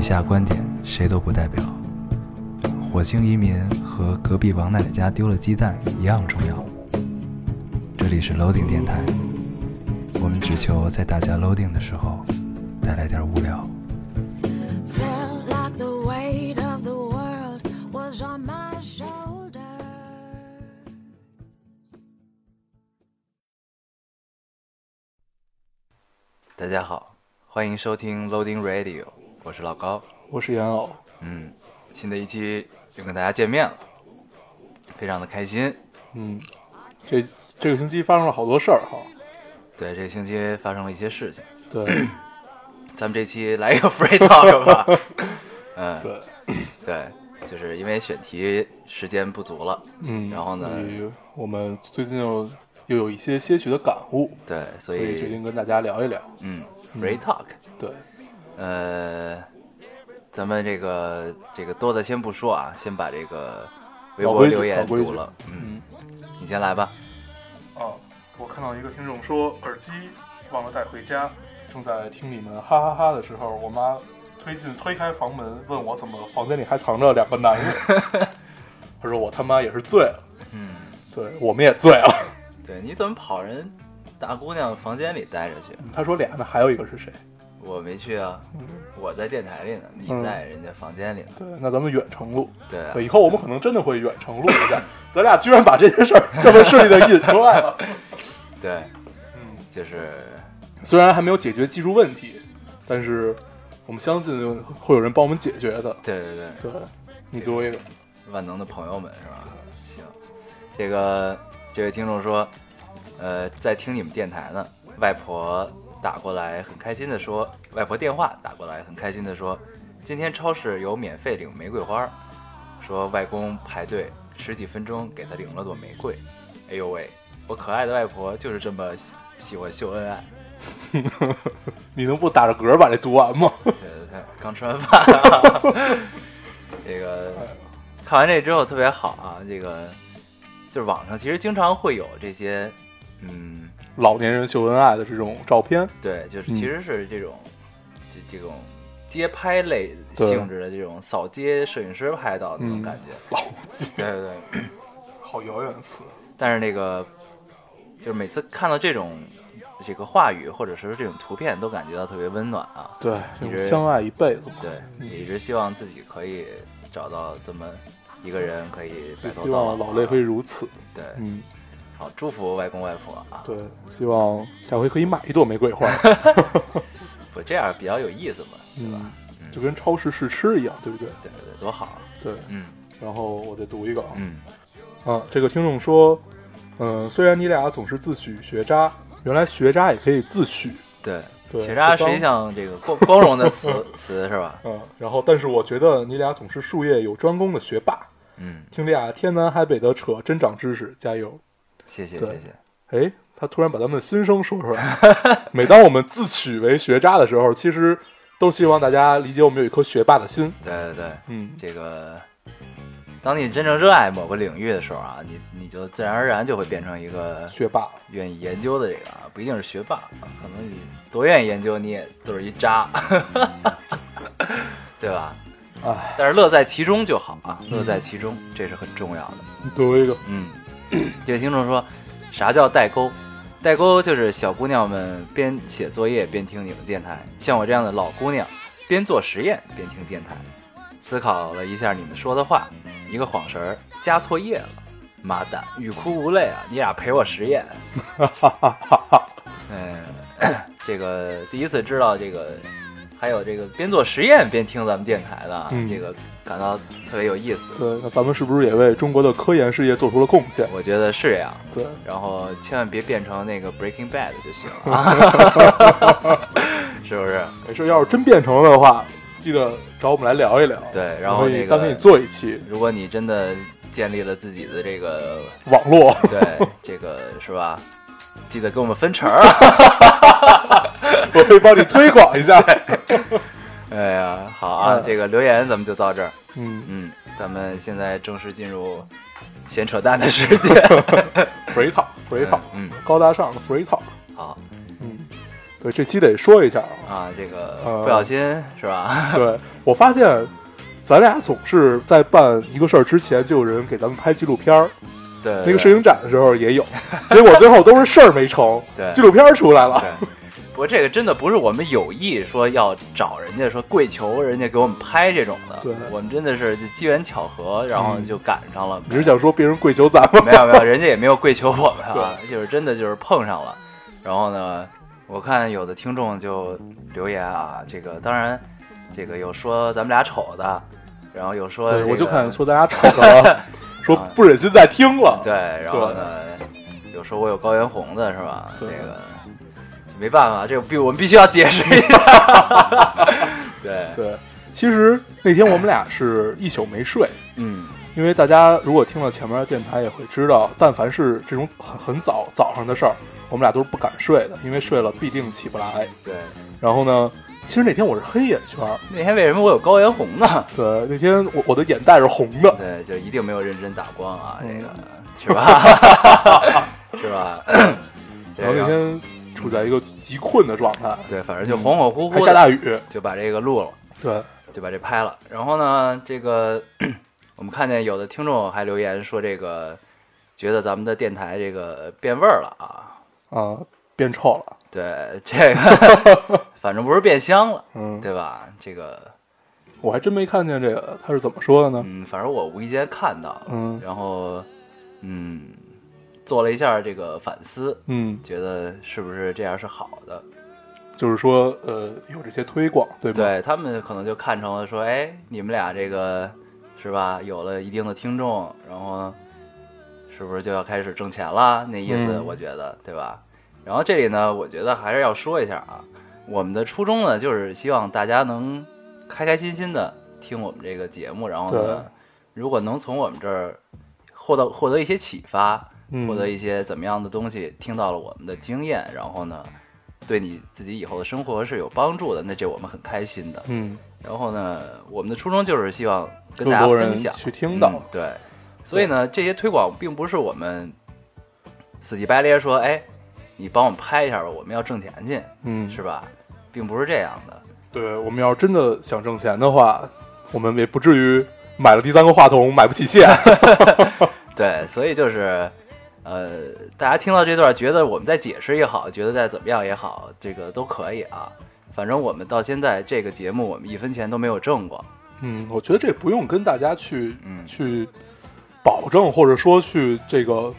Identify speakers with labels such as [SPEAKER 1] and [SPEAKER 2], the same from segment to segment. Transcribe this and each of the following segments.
[SPEAKER 1] 下观点谁都不代表。火星移民和隔壁王奶奶家丢了鸡蛋一样重要。这里是 Loading 电台，我们只求在大家 Loading 的时候带来点无聊。
[SPEAKER 2] Felt like the weight of the world was on my shoulders.
[SPEAKER 1] 大家好，欢迎收听 Loading Radio，我是老高。
[SPEAKER 3] 我是严偶，
[SPEAKER 1] 嗯，新的一期又跟大家见面了，非常的开心。
[SPEAKER 3] 嗯，这这个星期发生了好多事儿哈。
[SPEAKER 1] 对，这个星期发生了一些事情，
[SPEAKER 3] 对
[SPEAKER 1] 咱们这期来一个 free talk 吧。 嗯，
[SPEAKER 3] 对，
[SPEAKER 1] 对，就是因为选题时间不足了，
[SPEAKER 3] 嗯，
[SPEAKER 1] 然后呢
[SPEAKER 3] 所以我们最近又又有一些些许的感悟，
[SPEAKER 1] 对，
[SPEAKER 3] 所
[SPEAKER 1] 所
[SPEAKER 3] 以决
[SPEAKER 1] 以
[SPEAKER 3] 定跟大家聊一聊。
[SPEAKER 1] 嗯，free talk，
[SPEAKER 3] 对，
[SPEAKER 1] 呃，咱们这个这个多的先不说啊，先把这个微
[SPEAKER 3] 老
[SPEAKER 1] 博
[SPEAKER 3] 规矩
[SPEAKER 1] 留言
[SPEAKER 3] 老规
[SPEAKER 1] 读
[SPEAKER 3] 矩
[SPEAKER 1] 了，嗯，
[SPEAKER 3] 嗯，
[SPEAKER 1] 你先来吧，
[SPEAKER 3] 哦，我看到一个听众说耳机忘了带回家，正在听你们哈哈哈的时候，我妈推进推开房门，问我怎么房间里还藏着两个男人。 她说我他妈也是醉了，
[SPEAKER 1] 嗯，
[SPEAKER 3] 对，我们也醉了。
[SPEAKER 1] 对，你怎么跑人大姑娘房间里待着去？
[SPEAKER 3] 她说俩呢，还有一个是谁？
[SPEAKER 1] 我没去啊，
[SPEAKER 3] 嗯，
[SPEAKER 1] 我在电台里呢，你
[SPEAKER 3] 嗯
[SPEAKER 1] 在人家房间里呢，
[SPEAKER 3] 对，那咱们远程录。
[SPEAKER 1] 对啊
[SPEAKER 3] 对，以后我们可能真的会远程录一下。咱俩居然把这件事儿这么顺利的引出来了。
[SPEAKER 1] 对，
[SPEAKER 3] 嗯，
[SPEAKER 1] 就是
[SPEAKER 3] 虽然还没有解决技术问题，但是我们相信会有人帮我们解决的。
[SPEAKER 1] 对对对，
[SPEAKER 3] 对，你读一个。
[SPEAKER 1] 万能的朋友们是吧？行，这个这位听众说，呃，在听你们电台呢，外婆打过来很开心的说，外婆电话打过来很开心的说，今天超市有免费领玫瑰花儿，说外公排队十几分钟给他领了朵玫瑰，哎呦喂，我可爱的外婆就是这么喜喜欢秀恩爱，
[SPEAKER 3] 你能不打着嗝把这读完吗？
[SPEAKER 1] 对对对，刚吃完饭， 这个。看完这之后特别好啊，这个就是网上其实经常会有这些，嗯，
[SPEAKER 3] 老年人秀恩爱的这种照片，
[SPEAKER 1] 对，就是
[SPEAKER 3] 嗯
[SPEAKER 1] 其实是这种，这这种街拍类
[SPEAKER 3] 对
[SPEAKER 1] 性质的这种扫街摄影师拍到的那种
[SPEAKER 3] 嗯，
[SPEAKER 1] 感觉，
[SPEAKER 3] 扫街，
[SPEAKER 1] 对对对。
[SPEAKER 3] 好遥远的词。
[SPEAKER 1] 但是那个就是每次看到这种这个话语或者是这种图片，都感觉到特别温暖啊。
[SPEAKER 3] 对，这
[SPEAKER 1] 你
[SPEAKER 3] 种
[SPEAKER 1] 这
[SPEAKER 3] 相爱一辈子嘛。
[SPEAKER 1] 对，
[SPEAKER 3] 嗯
[SPEAKER 1] 也一直希望自己可以找到这么一个人，可以白
[SPEAKER 3] 也
[SPEAKER 1] 头
[SPEAKER 3] 希
[SPEAKER 1] 到
[SPEAKER 3] 望
[SPEAKER 1] 老啊
[SPEAKER 3] 老泪会如此。
[SPEAKER 1] 对，
[SPEAKER 3] 嗯，
[SPEAKER 1] 好祝福外公外婆啊。
[SPEAKER 3] 对，希望下回可以买一朵玫瑰花。
[SPEAKER 1] 不这样比较有意思嘛，对吧？
[SPEAKER 3] 嗯
[SPEAKER 1] 嗯，
[SPEAKER 3] 就跟超市试吃一样，对不对？
[SPEAKER 1] 对对，多好啊。
[SPEAKER 3] 对。
[SPEAKER 1] 嗯
[SPEAKER 3] 然后我再读一个啊，
[SPEAKER 1] 嗯
[SPEAKER 3] 啊，这个听众说，嗯、虽然你俩总是自诩学渣，原来学渣也可以自诩，
[SPEAKER 1] 对，
[SPEAKER 3] 对
[SPEAKER 1] 学渣是一项这个光光荣的词 词是吧？
[SPEAKER 3] 嗯，然后但是我觉得你俩总是术业有专攻的学霸，
[SPEAKER 1] 嗯，
[SPEAKER 3] 听你俩天南海北的扯，真长知识，加油！
[SPEAKER 1] 谢谢
[SPEAKER 3] 对
[SPEAKER 1] 谢谢。
[SPEAKER 3] 哎，他突然把他们的心声说出 来。每当我们自诩为学渣的时候，其实都希望大家理解我们有一颗学霸的心。
[SPEAKER 1] 对对对，
[SPEAKER 3] 嗯，
[SPEAKER 1] 这个，当你真正热爱某个领域的时候啊，你你就自然而然就会变成一个
[SPEAKER 3] 学霸，
[SPEAKER 1] 愿意研究的这个啊，不一定是学霸，啊，可能你多愿意研究，你也都是一渣， 对吧？
[SPEAKER 3] 哎，
[SPEAKER 1] 但是乐在其中就好啊，乐在其中，这是很重要的。
[SPEAKER 3] 你读一个，
[SPEAKER 1] 嗯，有听众说，啥叫代沟？代沟就是小姑娘们边写作业边听你们电台，像我这样的老姑娘，边做实验边听电台。思考了一下你们说的话，一个晃神儿加错页了，妈蛋，欲哭无泪啊！你俩陪我实验。嗯， 这个第一次知道这个，还有这个边做实验边听咱们电台的啊，
[SPEAKER 3] 嗯
[SPEAKER 1] 这个感到特别有意思。
[SPEAKER 3] 对，呃那咱们是不是也为中国的科研事业做出了贡献？
[SPEAKER 1] 我觉得是这样。
[SPEAKER 3] 对，
[SPEAKER 1] 然后千万别变成那个 Breaking Bad 就行了， 啊，是不是？
[SPEAKER 3] 没事，要是真变成了的话，记得找我们来聊一聊。
[SPEAKER 1] 对，然
[SPEAKER 3] 我
[SPEAKER 1] 后
[SPEAKER 3] 可
[SPEAKER 1] 那
[SPEAKER 3] 以单给你
[SPEAKER 1] 个，
[SPEAKER 3] 做一期
[SPEAKER 1] 如果你真的建立了自己的 这个，
[SPEAKER 3] 网 络
[SPEAKER 1] 对，这个是吧？记得给我们 分成儿。
[SPEAKER 3] 我可以帮你推广一下。
[SPEAKER 1] 哎呀，好啊，
[SPEAKER 3] 嗯
[SPEAKER 1] 这个留言咱们就到这儿。
[SPEAKER 3] 嗯
[SPEAKER 1] 嗯，咱们现在正式进入闲扯淡的时 间。
[SPEAKER 3] 哎，free talk，free talk，
[SPEAKER 1] 嗯，
[SPEAKER 3] 高大上的 free talk。
[SPEAKER 1] 好，
[SPEAKER 3] 嗯，对，这期得说一下啊，
[SPEAKER 1] 啊，这个
[SPEAKER 3] 呃
[SPEAKER 1] 不小心是吧？
[SPEAKER 3] 对我发现，咱俩总是在办一个事儿之前就有人给咱们拍纪录片儿，
[SPEAKER 1] 对，
[SPEAKER 3] 那个摄影展的时候也有，结果最后都是事儿没成，
[SPEAKER 1] 对
[SPEAKER 3] 纪录片儿出来了。
[SPEAKER 1] 对。不过这个真的不是我们有意说要找人家说跪求人家给我们拍这种的
[SPEAKER 3] 对，
[SPEAKER 1] 我们真的是就机缘巧合，然后
[SPEAKER 3] 嗯
[SPEAKER 1] 就赶上了。
[SPEAKER 3] 你是想说别人跪求咱们？
[SPEAKER 1] 没有没有，人家也没有跪求我们啊，就是真的就是碰上了。然后呢，我看有的听众就留言啊，这个当然，这个有说咱们俩丑的，然后有说、
[SPEAKER 3] 对，
[SPEAKER 1] 这
[SPEAKER 3] 我就
[SPEAKER 1] 个
[SPEAKER 3] 看说大家 吵了，说不忍心再听了。
[SPEAKER 1] 对，然后呢，有说我有高原红的是吧？这
[SPEAKER 3] 对
[SPEAKER 1] 个没办法，这个必我们必须要解释一下。 对，
[SPEAKER 3] 对，其实那天我们俩是一宿没睡，
[SPEAKER 1] 嗯，
[SPEAKER 3] 因为大家如果听了前面的电台也会知道，但凡是这种很很早早上的事儿，我们俩都是不敢睡的，因为睡了必定起不来。
[SPEAKER 1] 对。
[SPEAKER 3] 然后呢，其实那天我是黑眼圈儿，
[SPEAKER 1] 那天为什么我有高原红呢？
[SPEAKER 3] 对，那天我我的眼袋是红的，
[SPEAKER 1] 对，就一定没有认真打光啊，这
[SPEAKER 3] 嗯
[SPEAKER 1] 个是吧？是吧？ 对
[SPEAKER 3] 然后那天处在一个极困的状态，
[SPEAKER 1] 对，反正就恍恍惚
[SPEAKER 3] 还
[SPEAKER 1] 惚
[SPEAKER 3] 下
[SPEAKER 1] 的
[SPEAKER 3] 大雨。
[SPEAKER 1] 就把这个录了，
[SPEAKER 3] 对，
[SPEAKER 1] 就把这拍了。然后呢，这个 我们看见有的听众还留言说，这个觉得咱们的电台这个变味儿了啊。
[SPEAKER 3] 啊，变臭了。
[SPEAKER 1] 对，这 个反正不是变香了，
[SPEAKER 3] 嗯，
[SPEAKER 1] 对吧？这个
[SPEAKER 3] 我还真没看见这个，他是怎么说的呢？
[SPEAKER 1] 嗯，反正我无意间看到，
[SPEAKER 3] 嗯
[SPEAKER 1] 然后嗯，做了一下这个反思，
[SPEAKER 3] 嗯，
[SPEAKER 1] 觉得是不是这样是好的？
[SPEAKER 3] 就是说，呃，有这些推广，对吧？
[SPEAKER 1] 对他们可能就看成了说，哎，你们俩这个是吧，有了一定的听众，然后是不是就要开始挣钱了？那意思，
[SPEAKER 3] 嗯
[SPEAKER 1] 我觉得、对吧？然后这里呢，我觉得还是要说一下啊，我们的初衷呢，就是希望大家能开开心心的听我们这个节目，然后
[SPEAKER 3] 对
[SPEAKER 1] 呢，如果能从我们这儿获得获得一些启发，
[SPEAKER 3] 嗯
[SPEAKER 1] 获得一些怎么样的东西，听到了我们的经验，然后呢，对你自己以后的生活是有帮助的，那这我们很开心的。
[SPEAKER 3] 嗯，
[SPEAKER 1] 然后呢，我们的初衷就是希望跟
[SPEAKER 3] 更
[SPEAKER 1] 大家
[SPEAKER 3] 多
[SPEAKER 1] 分
[SPEAKER 3] 人
[SPEAKER 1] 享，
[SPEAKER 3] 去听到
[SPEAKER 1] 嗯对，所以呢，这些推广并不是我们死乞白咧说，哎，你帮我们拍一下吧，我们要挣钱去，
[SPEAKER 3] 嗯，
[SPEAKER 1] 是吧？并不是这样的。
[SPEAKER 3] 对，我们要是真的想挣钱的话，我们也不至于买了第三个话筒买不起 线。
[SPEAKER 1] 对，所以就是，呃，大家听到这段，觉得我们在解释也好，觉得在怎么样也好，这个都可以啊。反正我们到现在这个节目，我们一分钱都没有挣过。
[SPEAKER 3] 嗯，我觉得这不用跟大家去、
[SPEAKER 1] 嗯
[SPEAKER 3] 去保证，或者说去这个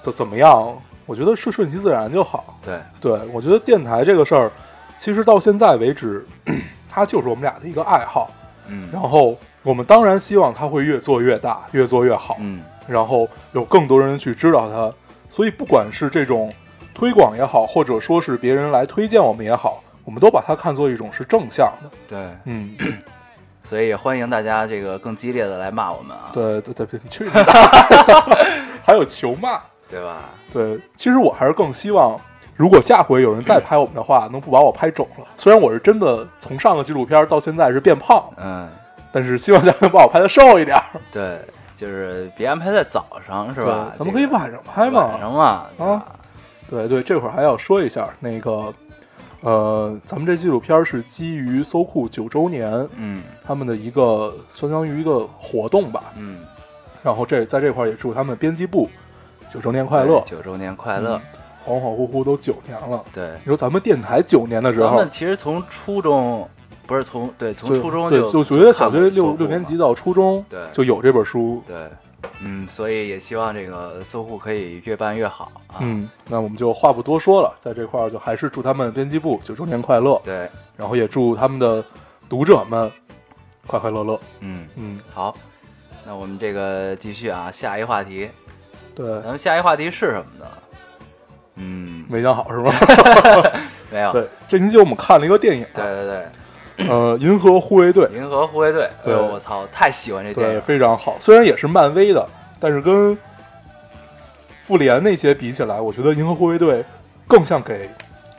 [SPEAKER 3] 怎怎么样，我觉得是顺其自然就好。
[SPEAKER 1] 对，
[SPEAKER 3] 对我觉得电台这个事儿，其实到现在为止， 它就是我们俩的一个爱好。
[SPEAKER 1] 嗯
[SPEAKER 3] 然后我们当然希望它会越做越大，越做越好，
[SPEAKER 1] 嗯，
[SPEAKER 3] 然后有更多人去知道它。所以不管是这种推广也好，或者说是别人来推荐我们也好，我们都把它看作一种是正向的。
[SPEAKER 1] 对，
[SPEAKER 3] 嗯，
[SPEAKER 1] 所以也欢迎大家这个更激烈的来骂我们啊，
[SPEAKER 3] 对对对对，你去 你的！还有球骂，
[SPEAKER 1] 对吧？
[SPEAKER 3] 对，其实我还是更希望，如果下回有人再拍我们的话，能不把我拍肿了。虽然我是真的从上个纪录片到现在是变胖，
[SPEAKER 1] 嗯，
[SPEAKER 3] 但是希望下回把我拍的瘦一点儿，
[SPEAKER 1] 对，就是别安排在早上，是吧？
[SPEAKER 3] 对咱们
[SPEAKER 1] 这
[SPEAKER 3] 可以
[SPEAKER 1] 个
[SPEAKER 3] 晚上拍嘛啊
[SPEAKER 1] 晚上嘛，对吧？
[SPEAKER 3] 对对，这会儿还要说一下那个，呃，咱们这纪录片是基于搜酷九周年
[SPEAKER 1] 嗯
[SPEAKER 3] 他们的一个相当于一个活动吧，
[SPEAKER 1] 嗯，
[SPEAKER 3] 然后这在这块儿也祝他们编辑部九周年快乐嗯
[SPEAKER 1] 对，九周年快乐！
[SPEAKER 3] 恍恍惚惚都九年了。
[SPEAKER 1] 对
[SPEAKER 3] 你，说咱们电台九年的时
[SPEAKER 1] 咱
[SPEAKER 3] 候
[SPEAKER 1] 们，其实从初中不是从对从
[SPEAKER 3] 对
[SPEAKER 1] 初中
[SPEAKER 3] 对，就
[SPEAKER 1] 就
[SPEAKER 3] 觉得小
[SPEAKER 1] 看
[SPEAKER 3] 学
[SPEAKER 1] 过搜
[SPEAKER 3] 六
[SPEAKER 1] 狐
[SPEAKER 3] 六年级
[SPEAKER 1] 嘛
[SPEAKER 3] 到初中，
[SPEAKER 1] 对
[SPEAKER 3] 就有这本书。
[SPEAKER 1] 对，嗯，所以也希望这个搜狐可以越办越好啊。，
[SPEAKER 3] 嗯，那我们就话不多说了，在这块儿就还是祝他们编辑部九周年快乐，
[SPEAKER 1] 对，
[SPEAKER 3] 然后也祝他们的读者们快快乐乐。
[SPEAKER 1] 嗯，
[SPEAKER 3] 嗯，
[SPEAKER 1] 好，那我们这个继续啊，下一话题，
[SPEAKER 3] 对
[SPEAKER 1] 咱，们下一话题是什么呢？嗯，
[SPEAKER 3] 没讲好是吗？
[SPEAKER 1] 没 有，对
[SPEAKER 3] 对， 这星期我们看了一个电影，
[SPEAKER 1] 对
[SPEAKER 3] 呃，《银河护卫队》，
[SPEAKER 1] 对，银河护卫队，哎
[SPEAKER 3] 对
[SPEAKER 1] 呦我操，太喜欢这电
[SPEAKER 3] 对，
[SPEAKER 1] 影，
[SPEAKER 3] 非常好。虽然也是漫威的，但是跟复联那些比起来，我觉得《银河护卫队》更像给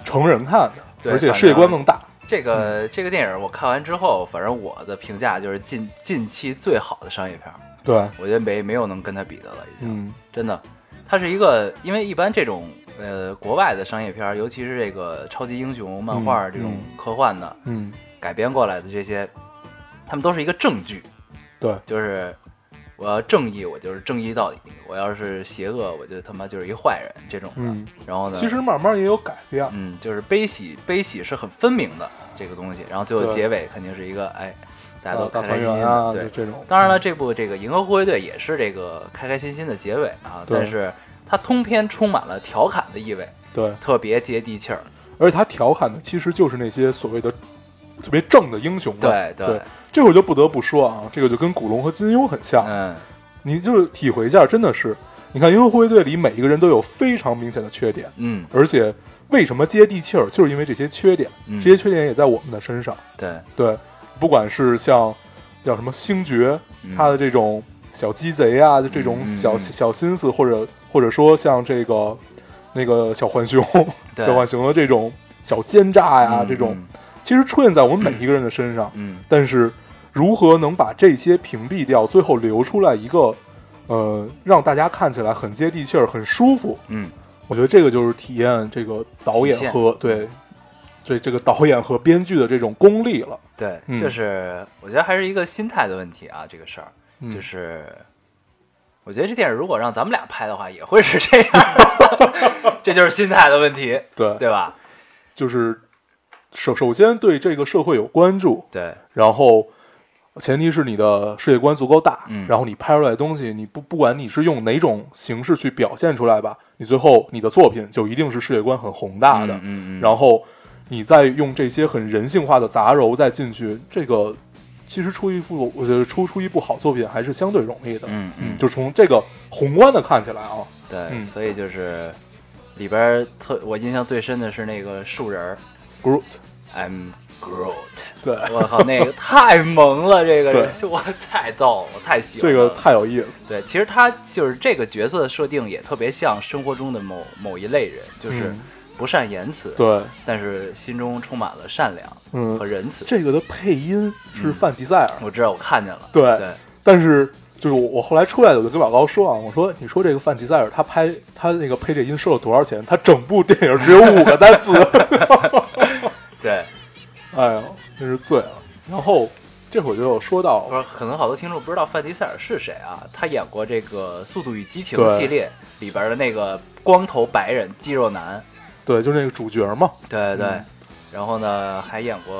[SPEAKER 3] 成人看的，
[SPEAKER 1] 对
[SPEAKER 3] 而且
[SPEAKER 1] 反
[SPEAKER 3] 世界观
[SPEAKER 1] 正
[SPEAKER 3] 更大。
[SPEAKER 1] 这个这个电影我看完之后，反正我的评价就是近近期最好的商业片儿，
[SPEAKER 3] 对，
[SPEAKER 1] 我觉得没没有能跟它比的了，已经。
[SPEAKER 3] 嗯，
[SPEAKER 1] 真的，它是一个，因为一般这种呃，国外的商业片儿，尤其是这个超级英雄漫画儿
[SPEAKER 3] 嗯
[SPEAKER 1] 这种
[SPEAKER 3] 嗯
[SPEAKER 1] 科幻的、
[SPEAKER 3] 嗯，
[SPEAKER 1] 改编过来的这些，他们都是一个证据，
[SPEAKER 3] 对，
[SPEAKER 1] 就是我要正义，我就是正义到底；我要是邪恶，我就他妈就是一坏人这种的。
[SPEAKER 3] 嗯，
[SPEAKER 1] 然后呢，
[SPEAKER 3] 其实慢慢也有改变，
[SPEAKER 1] 嗯，就是悲喜悲喜是很分明的这个东西，然后最后
[SPEAKER 3] 对
[SPEAKER 1] 结尾肯定是一个哎，大家都
[SPEAKER 3] 啊大
[SPEAKER 1] 开
[SPEAKER 3] 团
[SPEAKER 1] 开心心
[SPEAKER 3] 圆
[SPEAKER 1] 的。
[SPEAKER 3] 啊，就
[SPEAKER 1] 对，
[SPEAKER 3] 这种。
[SPEAKER 1] 当然了，这部这个《银河护卫队》也是这个开开心心的结尾啊，
[SPEAKER 3] 对
[SPEAKER 1] 但是它通篇充满了调侃的意味，
[SPEAKER 3] 对，
[SPEAKER 1] 特别接地气儿。
[SPEAKER 3] 而且他调侃的其实就是那些所谓的特别正的英雄嘛。
[SPEAKER 1] 对
[SPEAKER 3] 对这会儿就不得不说啊，这个就跟古龙和金庸很像，
[SPEAKER 1] 嗯，
[SPEAKER 3] 你就是体会一下，真的是，你看《银河护卫队》里每一个人都有非常明显的缺点，
[SPEAKER 1] 嗯，
[SPEAKER 3] 而且为什么接地气儿，就是因为这些缺点，
[SPEAKER 1] 嗯
[SPEAKER 3] 这些缺点也在我们的身上。
[SPEAKER 1] 对，
[SPEAKER 3] 对，不管是像叫什么星爵，
[SPEAKER 1] 嗯
[SPEAKER 3] 他的这种小鸡贼啊，就这种
[SPEAKER 1] 嗯嗯
[SPEAKER 3] 小、
[SPEAKER 1] 嗯
[SPEAKER 3] 小心思，或者或者说像这个那个小浣熊，
[SPEAKER 1] 对
[SPEAKER 3] 小浣熊的这种小奸诈呀、
[SPEAKER 1] 嗯
[SPEAKER 3] 这种，其实出现在我们每一个人的身上。
[SPEAKER 1] 嗯
[SPEAKER 3] 但是如何能把这些屏蔽掉，最后留出来一个，呃，让大家看起来很接地气儿、很舒服，
[SPEAKER 1] 嗯，
[SPEAKER 3] 我觉得这个就是体验这个导
[SPEAKER 1] 体现
[SPEAKER 3] 演和对这这个导演和编剧的这种功力了。
[SPEAKER 1] 对，
[SPEAKER 3] 嗯
[SPEAKER 1] 就是我觉得还是一个心态的问题啊，这个事儿
[SPEAKER 3] 嗯
[SPEAKER 1] 就是。我觉得这电影如果让咱们俩拍的话，也会是这样， 这就是心态的问题，
[SPEAKER 3] 对，
[SPEAKER 1] 对吧？
[SPEAKER 3] 就是首首先对这个社会有关注，
[SPEAKER 1] 对，
[SPEAKER 3] 然后前提是你的世界观足够大，
[SPEAKER 1] 嗯
[SPEAKER 3] 然后你拍出来的东西，你不不管你是用哪种形式去表现出来吧，你最后你的作品就一定是世界观很宏大的，
[SPEAKER 1] 嗯嗯嗯，
[SPEAKER 3] 然后你再用这些很人性化的杂糅再进去，这个其实出一部我觉得出出一部好作品还是相对容易的，
[SPEAKER 1] 嗯嗯，
[SPEAKER 3] 就从这个宏观的看起来啊，
[SPEAKER 1] 对，
[SPEAKER 3] 嗯
[SPEAKER 1] 所以就是里边儿特我印象最深的是那个树人儿
[SPEAKER 3] Groot
[SPEAKER 1] ，I'm Groot，
[SPEAKER 3] 对。
[SPEAKER 1] 我 靠，那个太萌了，这个人
[SPEAKER 3] 对
[SPEAKER 1] 就 我太逗了，我太喜欢
[SPEAKER 3] 这个
[SPEAKER 1] 了
[SPEAKER 3] 太有意思了，
[SPEAKER 1] 对，其实他就是这个角色的设定也特别像生活中的某某一类人，就是
[SPEAKER 3] 嗯
[SPEAKER 1] 不善言辞，
[SPEAKER 3] 对，
[SPEAKER 1] 但是心中充满了善良
[SPEAKER 3] 嗯
[SPEAKER 1] 和，仁慈。
[SPEAKER 3] 这个的配音是
[SPEAKER 1] 嗯
[SPEAKER 3] 范迪塞尔，
[SPEAKER 1] 我知道，我看见了，
[SPEAKER 3] 对
[SPEAKER 1] 对，
[SPEAKER 3] 但是就是我我后来出来的，我就跟老高说啊，我说你说这个范迪塞尔他拍他那个配这音收了多少钱？他整部电影只有五个单 词，
[SPEAKER 1] 对，
[SPEAKER 3] 哎呦，真是醉了。然后这会儿就有说到
[SPEAKER 1] 我，说可能好多听众不知道范迪塞尔是谁啊？他演过这个《速度与激情》
[SPEAKER 3] 对
[SPEAKER 1] 系列里边的那个光头白人肌肉男，
[SPEAKER 3] 对，就是那个主角嘛，
[SPEAKER 1] 对对。
[SPEAKER 3] 嗯
[SPEAKER 1] 然后呢，还演过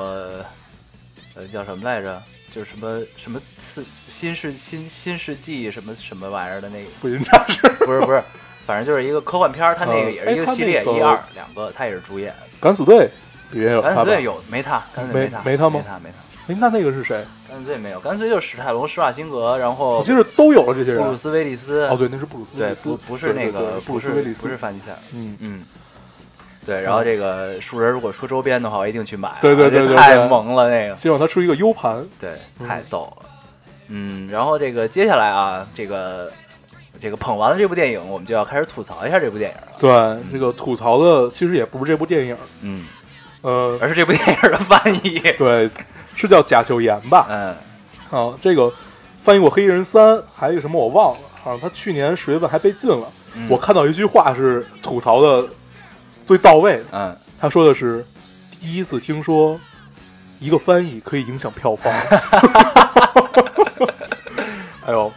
[SPEAKER 1] 呃叫什么来着？就是什么什么次新世新新世纪什么什么玩意儿的那个，
[SPEAKER 3] 福音战士。
[SPEAKER 1] 不是不是，反正就是一个科幻片儿，他那个
[SPEAKER 3] 嗯
[SPEAKER 1] 也是一
[SPEAKER 3] 哎
[SPEAKER 1] 个
[SPEAKER 3] 他
[SPEAKER 1] 系列，
[SPEAKER 3] 那个
[SPEAKER 1] 一二两个，他也是主演。
[SPEAKER 3] 敢死队里面有
[SPEAKER 1] 敢
[SPEAKER 3] 他
[SPEAKER 1] 死
[SPEAKER 3] 吧
[SPEAKER 1] 队？有没他？敢死队
[SPEAKER 3] 没
[SPEAKER 1] 他？没
[SPEAKER 3] 没他吗
[SPEAKER 1] 没他没他。
[SPEAKER 3] 哎，那那个是谁？
[SPEAKER 1] 敢死队没有，敢死队就是史泰龙、施瓦辛格，然后
[SPEAKER 3] 我记得都有了这些
[SPEAKER 1] 布
[SPEAKER 3] 人
[SPEAKER 1] 鲁。斯·威利斯。
[SPEAKER 3] 哦，对，那是布鲁斯威
[SPEAKER 1] 对，
[SPEAKER 3] 利斯。
[SPEAKER 1] 不不是那
[SPEAKER 3] 对对
[SPEAKER 1] 个
[SPEAKER 3] 对，布
[SPEAKER 1] 不
[SPEAKER 3] 鲁斯
[SPEAKER 1] 是
[SPEAKER 3] 威利斯，
[SPEAKER 1] 不是范迪塞尔，
[SPEAKER 3] 嗯，
[SPEAKER 1] 嗯，对。然后这个树人如果出周边的话，我一定去买啊。
[SPEAKER 3] 对对对
[SPEAKER 1] 这
[SPEAKER 3] 对
[SPEAKER 1] 太
[SPEAKER 3] 对
[SPEAKER 1] 萌了那个，
[SPEAKER 3] 希望他出一个 U 盘。
[SPEAKER 1] 对，太逗了。嗯，然后这个接下来啊，这个这个捧完了这部电影，我们就要开始吐槽一下这部电影了。
[SPEAKER 3] 对，这个吐槽的其实也不是这部电影，
[SPEAKER 1] 嗯，
[SPEAKER 3] 呃，
[SPEAKER 1] 而是这部电影的翻 译。
[SPEAKER 3] 对，是叫贾秀妍吧？
[SPEAKER 1] 嗯，
[SPEAKER 3] 啊，这个翻译过《黑衣人三》，还有一个什么我忘了，好像他去年十月份还被禁了。
[SPEAKER 1] 嗯
[SPEAKER 3] 我看到一句话是吐槽的最到位的，
[SPEAKER 1] 嗯，
[SPEAKER 3] 他说的是第一次听说一个翻译可以影响票房。 哎呦，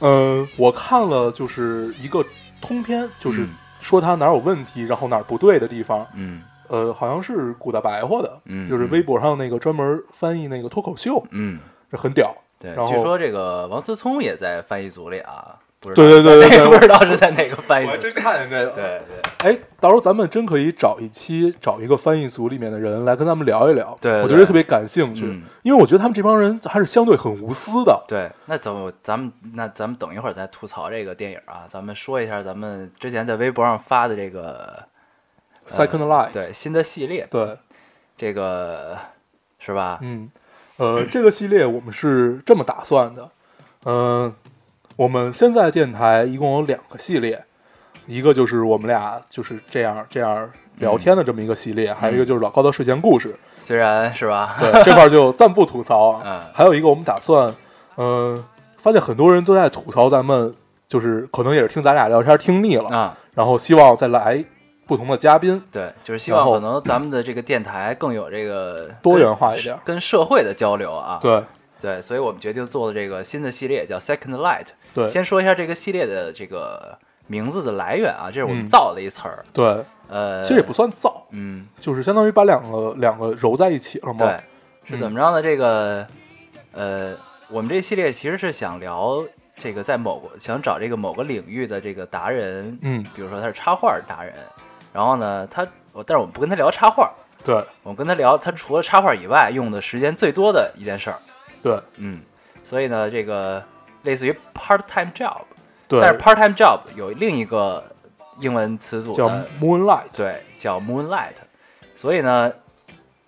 [SPEAKER 3] 嗯、我看了就是一个通篇，就是
[SPEAKER 1] 嗯
[SPEAKER 3] 说他哪儿有问题，然后哪儿不对的地方。
[SPEAKER 1] 嗯
[SPEAKER 3] 呃，好像是古大白话的，
[SPEAKER 1] 嗯
[SPEAKER 3] 就是
[SPEAKER 1] 嗯
[SPEAKER 3] 微博上那个专门翻译那个脱口秀，
[SPEAKER 1] 嗯，
[SPEAKER 3] 这很屌。
[SPEAKER 1] 对。
[SPEAKER 3] 然后
[SPEAKER 1] 据说这个王思聪也在翻译组里啊，不知道
[SPEAKER 3] 对对对对对，
[SPEAKER 1] 不知 道是在哪个翻译
[SPEAKER 3] 我还
[SPEAKER 1] 组。
[SPEAKER 3] 真看见这个。
[SPEAKER 1] 对，对。
[SPEAKER 3] 哎，到时候咱们真可以找一期，找一个翻译组里面的人来跟他们聊一聊。
[SPEAKER 1] 对对
[SPEAKER 3] 我觉得特别感兴趣，
[SPEAKER 1] 嗯
[SPEAKER 3] 因为我觉得他们这帮人还是相对很无私的。
[SPEAKER 1] 对，那等我咱们那咱们等一会儿再吐槽这个电影啊，咱们说一下咱们之前在微博上发的这个
[SPEAKER 3] Second Life，、
[SPEAKER 1] 呃对新的系列，
[SPEAKER 3] 对，
[SPEAKER 1] 这个是吧？
[SPEAKER 3] 嗯，呃，这个系列我们是这么打算的，嗯、我们现在电台一共有两个系列，一个就是我们俩就是这样这样聊天
[SPEAKER 1] 嗯
[SPEAKER 3] 的这么一个系列，还有一个就是老高的睡前故事。
[SPEAKER 1] 虽然是吧，
[SPEAKER 3] 对，这块儿就暂不吐槽
[SPEAKER 1] 嗯
[SPEAKER 3] 啊。还有一个，我们打算，嗯、发现很多人都在吐槽咱们，就是可能也是听咱俩聊天听腻了，
[SPEAKER 1] 啊，
[SPEAKER 3] 然后希望再来不同的嘉宾，
[SPEAKER 1] 对，就是希望
[SPEAKER 3] 然后
[SPEAKER 1] 可能咱们的这个电台更有这个
[SPEAKER 3] 多元化一点儿。
[SPEAKER 1] 跟社会的交流啊。
[SPEAKER 3] 对
[SPEAKER 1] 对，所以我们决定做的这个新的系列叫 Second Light。
[SPEAKER 3] 对
[SPEAKER 1] 先说一下这个系列的这个名字的来源啊，这是我们
[SPEAKER 3] 嗯
[SPEAKER 1] 造的一词儿。
[SPEAKER 3] 对，
[SPEAKER 1] 呃，
[SPEAKER 3] 其实也不算造，
[SPEAKER 1] 嗯，
[SPEAKER 3] 就是相当于把两个两个揉在一起了嘛。
[SPEAKER 1] 对，
[SPEAKER 3] 嗯
[SPEAKER 1] 是怎么着呢？这个呃，我们这系列其实是想聊这个在某个想找这个某个领域的这个达人，
[SPEAKER 3] 嗯，
[SPEAKER 1] 比如说他是插画达人，然后呢，他我但是我们不跟他聊插画，
[SPEAKER 3] 对
[SPEAKER 1] 我们跟他聊他除了插画以外用的时间最多的一件事儿，
[SPEAKER 3] 对
[SPEAKER 1] 嗯，所以呢，这个类似于 part time job，
[SPEAKER 3] 对，
[SPEAKER 1] 但是 part time job 有另一个英文词组
[SPEAKER 3] 叫
[SPEAKER 1] 的，
[SPEAKER 3] Moonlight。
[SPEAKER 1] 对，叫 moonlight，所以呢，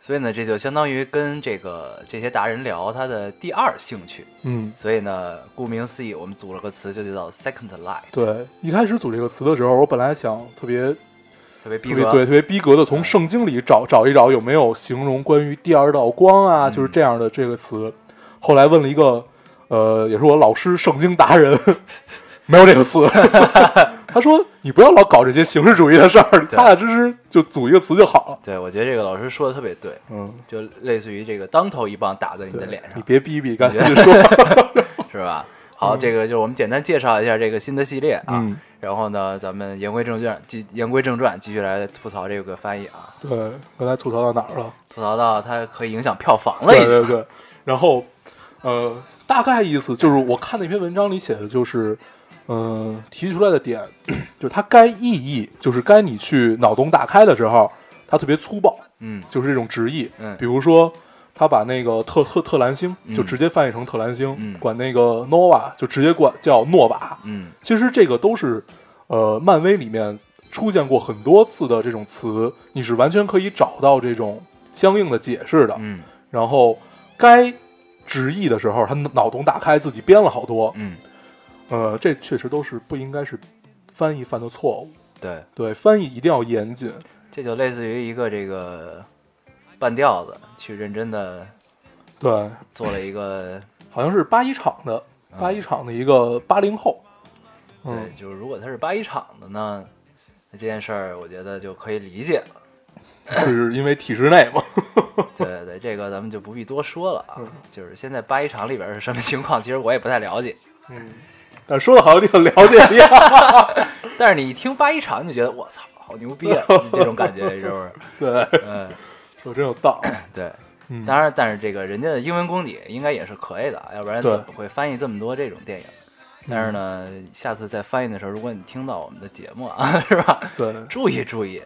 [SPEAKER 1] 所以呢，这就相当于跟这个这些达人聊他的第二兴趣，
[SPEAKER 3] 嗯，
[SPEAKER 1] 所以呢，顾名思义，我们组了个词就叫 second life，
[SPEAKER 3] 对，一开始组这个词的时候，我本来想特别
[SPEAKER 1] 特别逼
[SPEAKER 3] 特别
[SPEAKER 1] 格，
[SPEAKER 3] 对特别逼格的从圣经里找找一找有没有形容关于第二道光啊，
[SPEAKER 1] 嗯
[SPEAKER 3] 就是这样的这个词。后来问了一个，呃，也是我老师圣经达人， 没有这个词。他说：“你不要老搞这些形式主义的事儿，踏踏实实就组一个词就好了。
[SPEAKER 1] 对我觉得这个老师说的特别对，”
[SPEAKER 3] 嗯，
[SPEAKER 1] 就类似于这个当头一棒打在你的
[SPEAKER 3] 对
[SPEAKER 1] 脸
[SPEAKER 3] 你
[SPEAKER 1] 上，
[SPEAKER 3] 别逼逼，赶紧
[SPEAKER 1] 你觉
[SPEAKER 3] 说。
[SPEAKER 1] 是吧？好，这个就是我们简单介绍一下这个新的系列啊，
[SPEAKER 3] 嗯
[SPEAKER 1] 然后呢，咱们言归正传，继言归正传，继续来吐槽这个翻译啊，
[SPEAKER 3] 对，刚才吐槽到哪儿了？
[SPEAKER 1] 吐槽到它可以影响票房了已经。
[SPEAKER 3] 对对对，然后呃，大概意思就是我看那篇文章里写的就是，嗯、提出来的点 就是它该意译，就是该你去脑洞大开的时候，它特别粗暴，
[SPEAKER 1] 嗯
[SPEAKER 3] 就是这种直译。
[SPEAKER 1] 嗯
[SPEAKER 3] 比如说。他把那个特特特兰星就
[SPEAKER 1] 嗯
[SPEAKER 3] 直接翻译成特兰星，
[SPEAKER 1] 嗯
[SPEAKER 3] 管那个 nova 就直接管叫诺瓦。
[SPEAKER 1] 嗯
[SPEAKER 3] 其实这个都是呃，漫威里面出现过很多次的这种词，你是完全可以找到这种相应的解释的。
[SPEAKER 1] 嗯
[SPEAKER 3] 然后该直译的时候，他脑洞大开，自己编了好多。
[SPEAKER 1] 嗯，
[SPEAKER 3] 呃，这确实都是不应该是翻译犯的错误。
[SPEAKER 1] 对，
[SPEAKER 3] 对，翻译一定要严谨。
[SPEAKER 1] 这就类似于一个这个半吊子去认真的
[SPEAKER 3] 对，
[SPEAKER 1] 做了一个，
[SPEAKER 3] 好像是八一厂的，
[SPEAKER 1] 嗯
[SPEAKER 3] 八一厂的一个八零后。
[SPEAKER 1] 对
[SPEAKER 3] 嗯，，
[SPEAKER 1] 就是如果他是八一厂的呢，那这件事儿我觉得就可以理解了。
[SPEAKER 3] 是因为体制内 嘛。
[SPEAKER 1] 对对对，这个咱们就不必多说了啊
[SPEAKER 3] 嗯。
[SPEAKER 1] 就是现在八一厂里边是什么情况，其实我也不太了解。
[SPEAKER 3] 嗯，但说的好像你很了解一样。
[SPEAKER 1] 但是你一听八一厂，你就觉得我操，好牛逼啊！你这种感觉是不是？
[SPEAKER 3] 对，
[SPEAKER 1] 嗯，
[SPEAKER 3] 说真有 道理。
[SPEAKER 1] 对。
[SPEAKER 3] 嗯，
[SPEAKER 1] 当然，但是这个人家的英文功底应该也是可以的啊，要不然怎
[SPEAKER 3] 对嗯
[SPEAKER 1] 么会翻译这么多这种电影？但是呢，下次再翻译的时候，如果你听到我们的节目啊， 是吧？
[SPEAKER 3] 对，
[SPEAKER 1] 注意注意，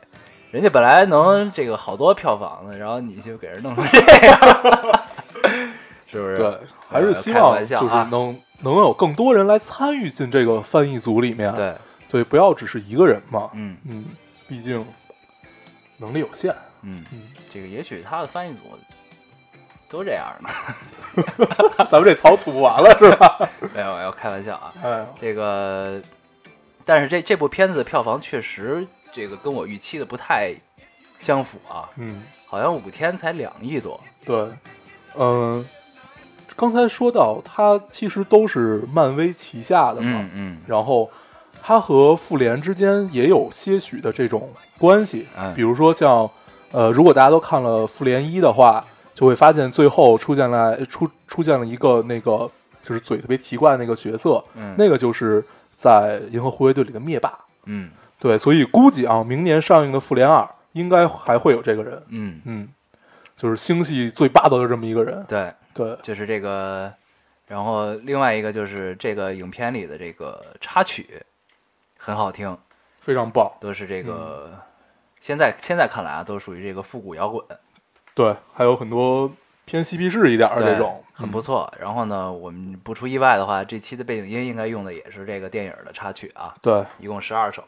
[SPEAKER 1] 人家本来能这个好多票房的，然后你就给人弄成这样， 是不是？
[SPEAKER 3] 对，还是
[SPEAKER 1] 呃
[SPEAKER 3] 希
[SPEAKER 1] 开
[SPEAKER 3] 望
[SPEAKER 1] 玩
[SPEAKER 3] 就是
[SPEAKER 1] 笑啊
[SPEAKER 3] 能能有更多人来参与进这个翻译组里面。
[SPEAKER 1] 对，
[SPEAKER 3] 对，不要只是一个人嘛。
[SPEAKER 1] 嗯
[SPEAKER 3] 嗯，毕竟能力有限。
[SPEAKER 1] 嗯，
[SPEAKER 3] 嗯，
[SPEAKER 1] 这个也许他的翻译组都这样呢。
[SPEAKER 3] 咱们这槽吐完了是吧？
[SPEAKER 1] 没有，要开玩笑啊。
[SPEAKER 3] 哎呀，
[SPEAKER 1] 这个，但是这这部片子的票房确实这个跟我预期的不太相符啊。
[SPEAKER 3] 嗯，
[SPEAKER 1] 好像五天才两亿多。
[SPEAKER 3] 对，嗯、刚才说到它其实都是漫威旗下的嘛，
[SPEAKER 1] 嗯
[SPEAKER 3] 然后它和复联之间也有些许的这种关系，
[SPEAKER 1] 嗯
[SPEAKER 3] 比如说像呃，如果大家都看了复联一的话，就会发现最后出现了出出现了一个那个就是嘴特别奇怪的那个角色，
[SPEAKER 1] 嗯
[SPEAKER 3] 那个就是在银河护卫队里的灭霸，
[SPEAKER 1] 嗯
[SPEAKER 3] 对，所以估计啊，明年上映的复联二应该还会有这个人，
[SPEAKER 1] 嗯，
[SPEAKER 3] 嗯，就是星系最霸道的这么一个人，
[SPEAKER 1] 对，
[SPEAKER 3] 对，
[SPEAKER 1] 就是这个。然后另外一个就是这个影片里的这个插曲很好听，
[SPEAKER 3] 非常棒，
[SPEAKER 1] 都是这个、
[SPEAKER 3] 嗯
[SPEAKER 1] 现在现在看来啊，都属于这个复古摇滚，
[SPEAKER 3] 对，还有很多偏嬉皮士一点的
[SPEAKER 1] 对嗯
[SPEAKER 3] 这种，嗯
[SPEAKER 1] 很不错。然后呢，我们不出意外的话，这期的背景音应该用的也是这个电影的插曲啊，
[SPEAKER 3] 对，
[SPEAKER 1] 一共十二首。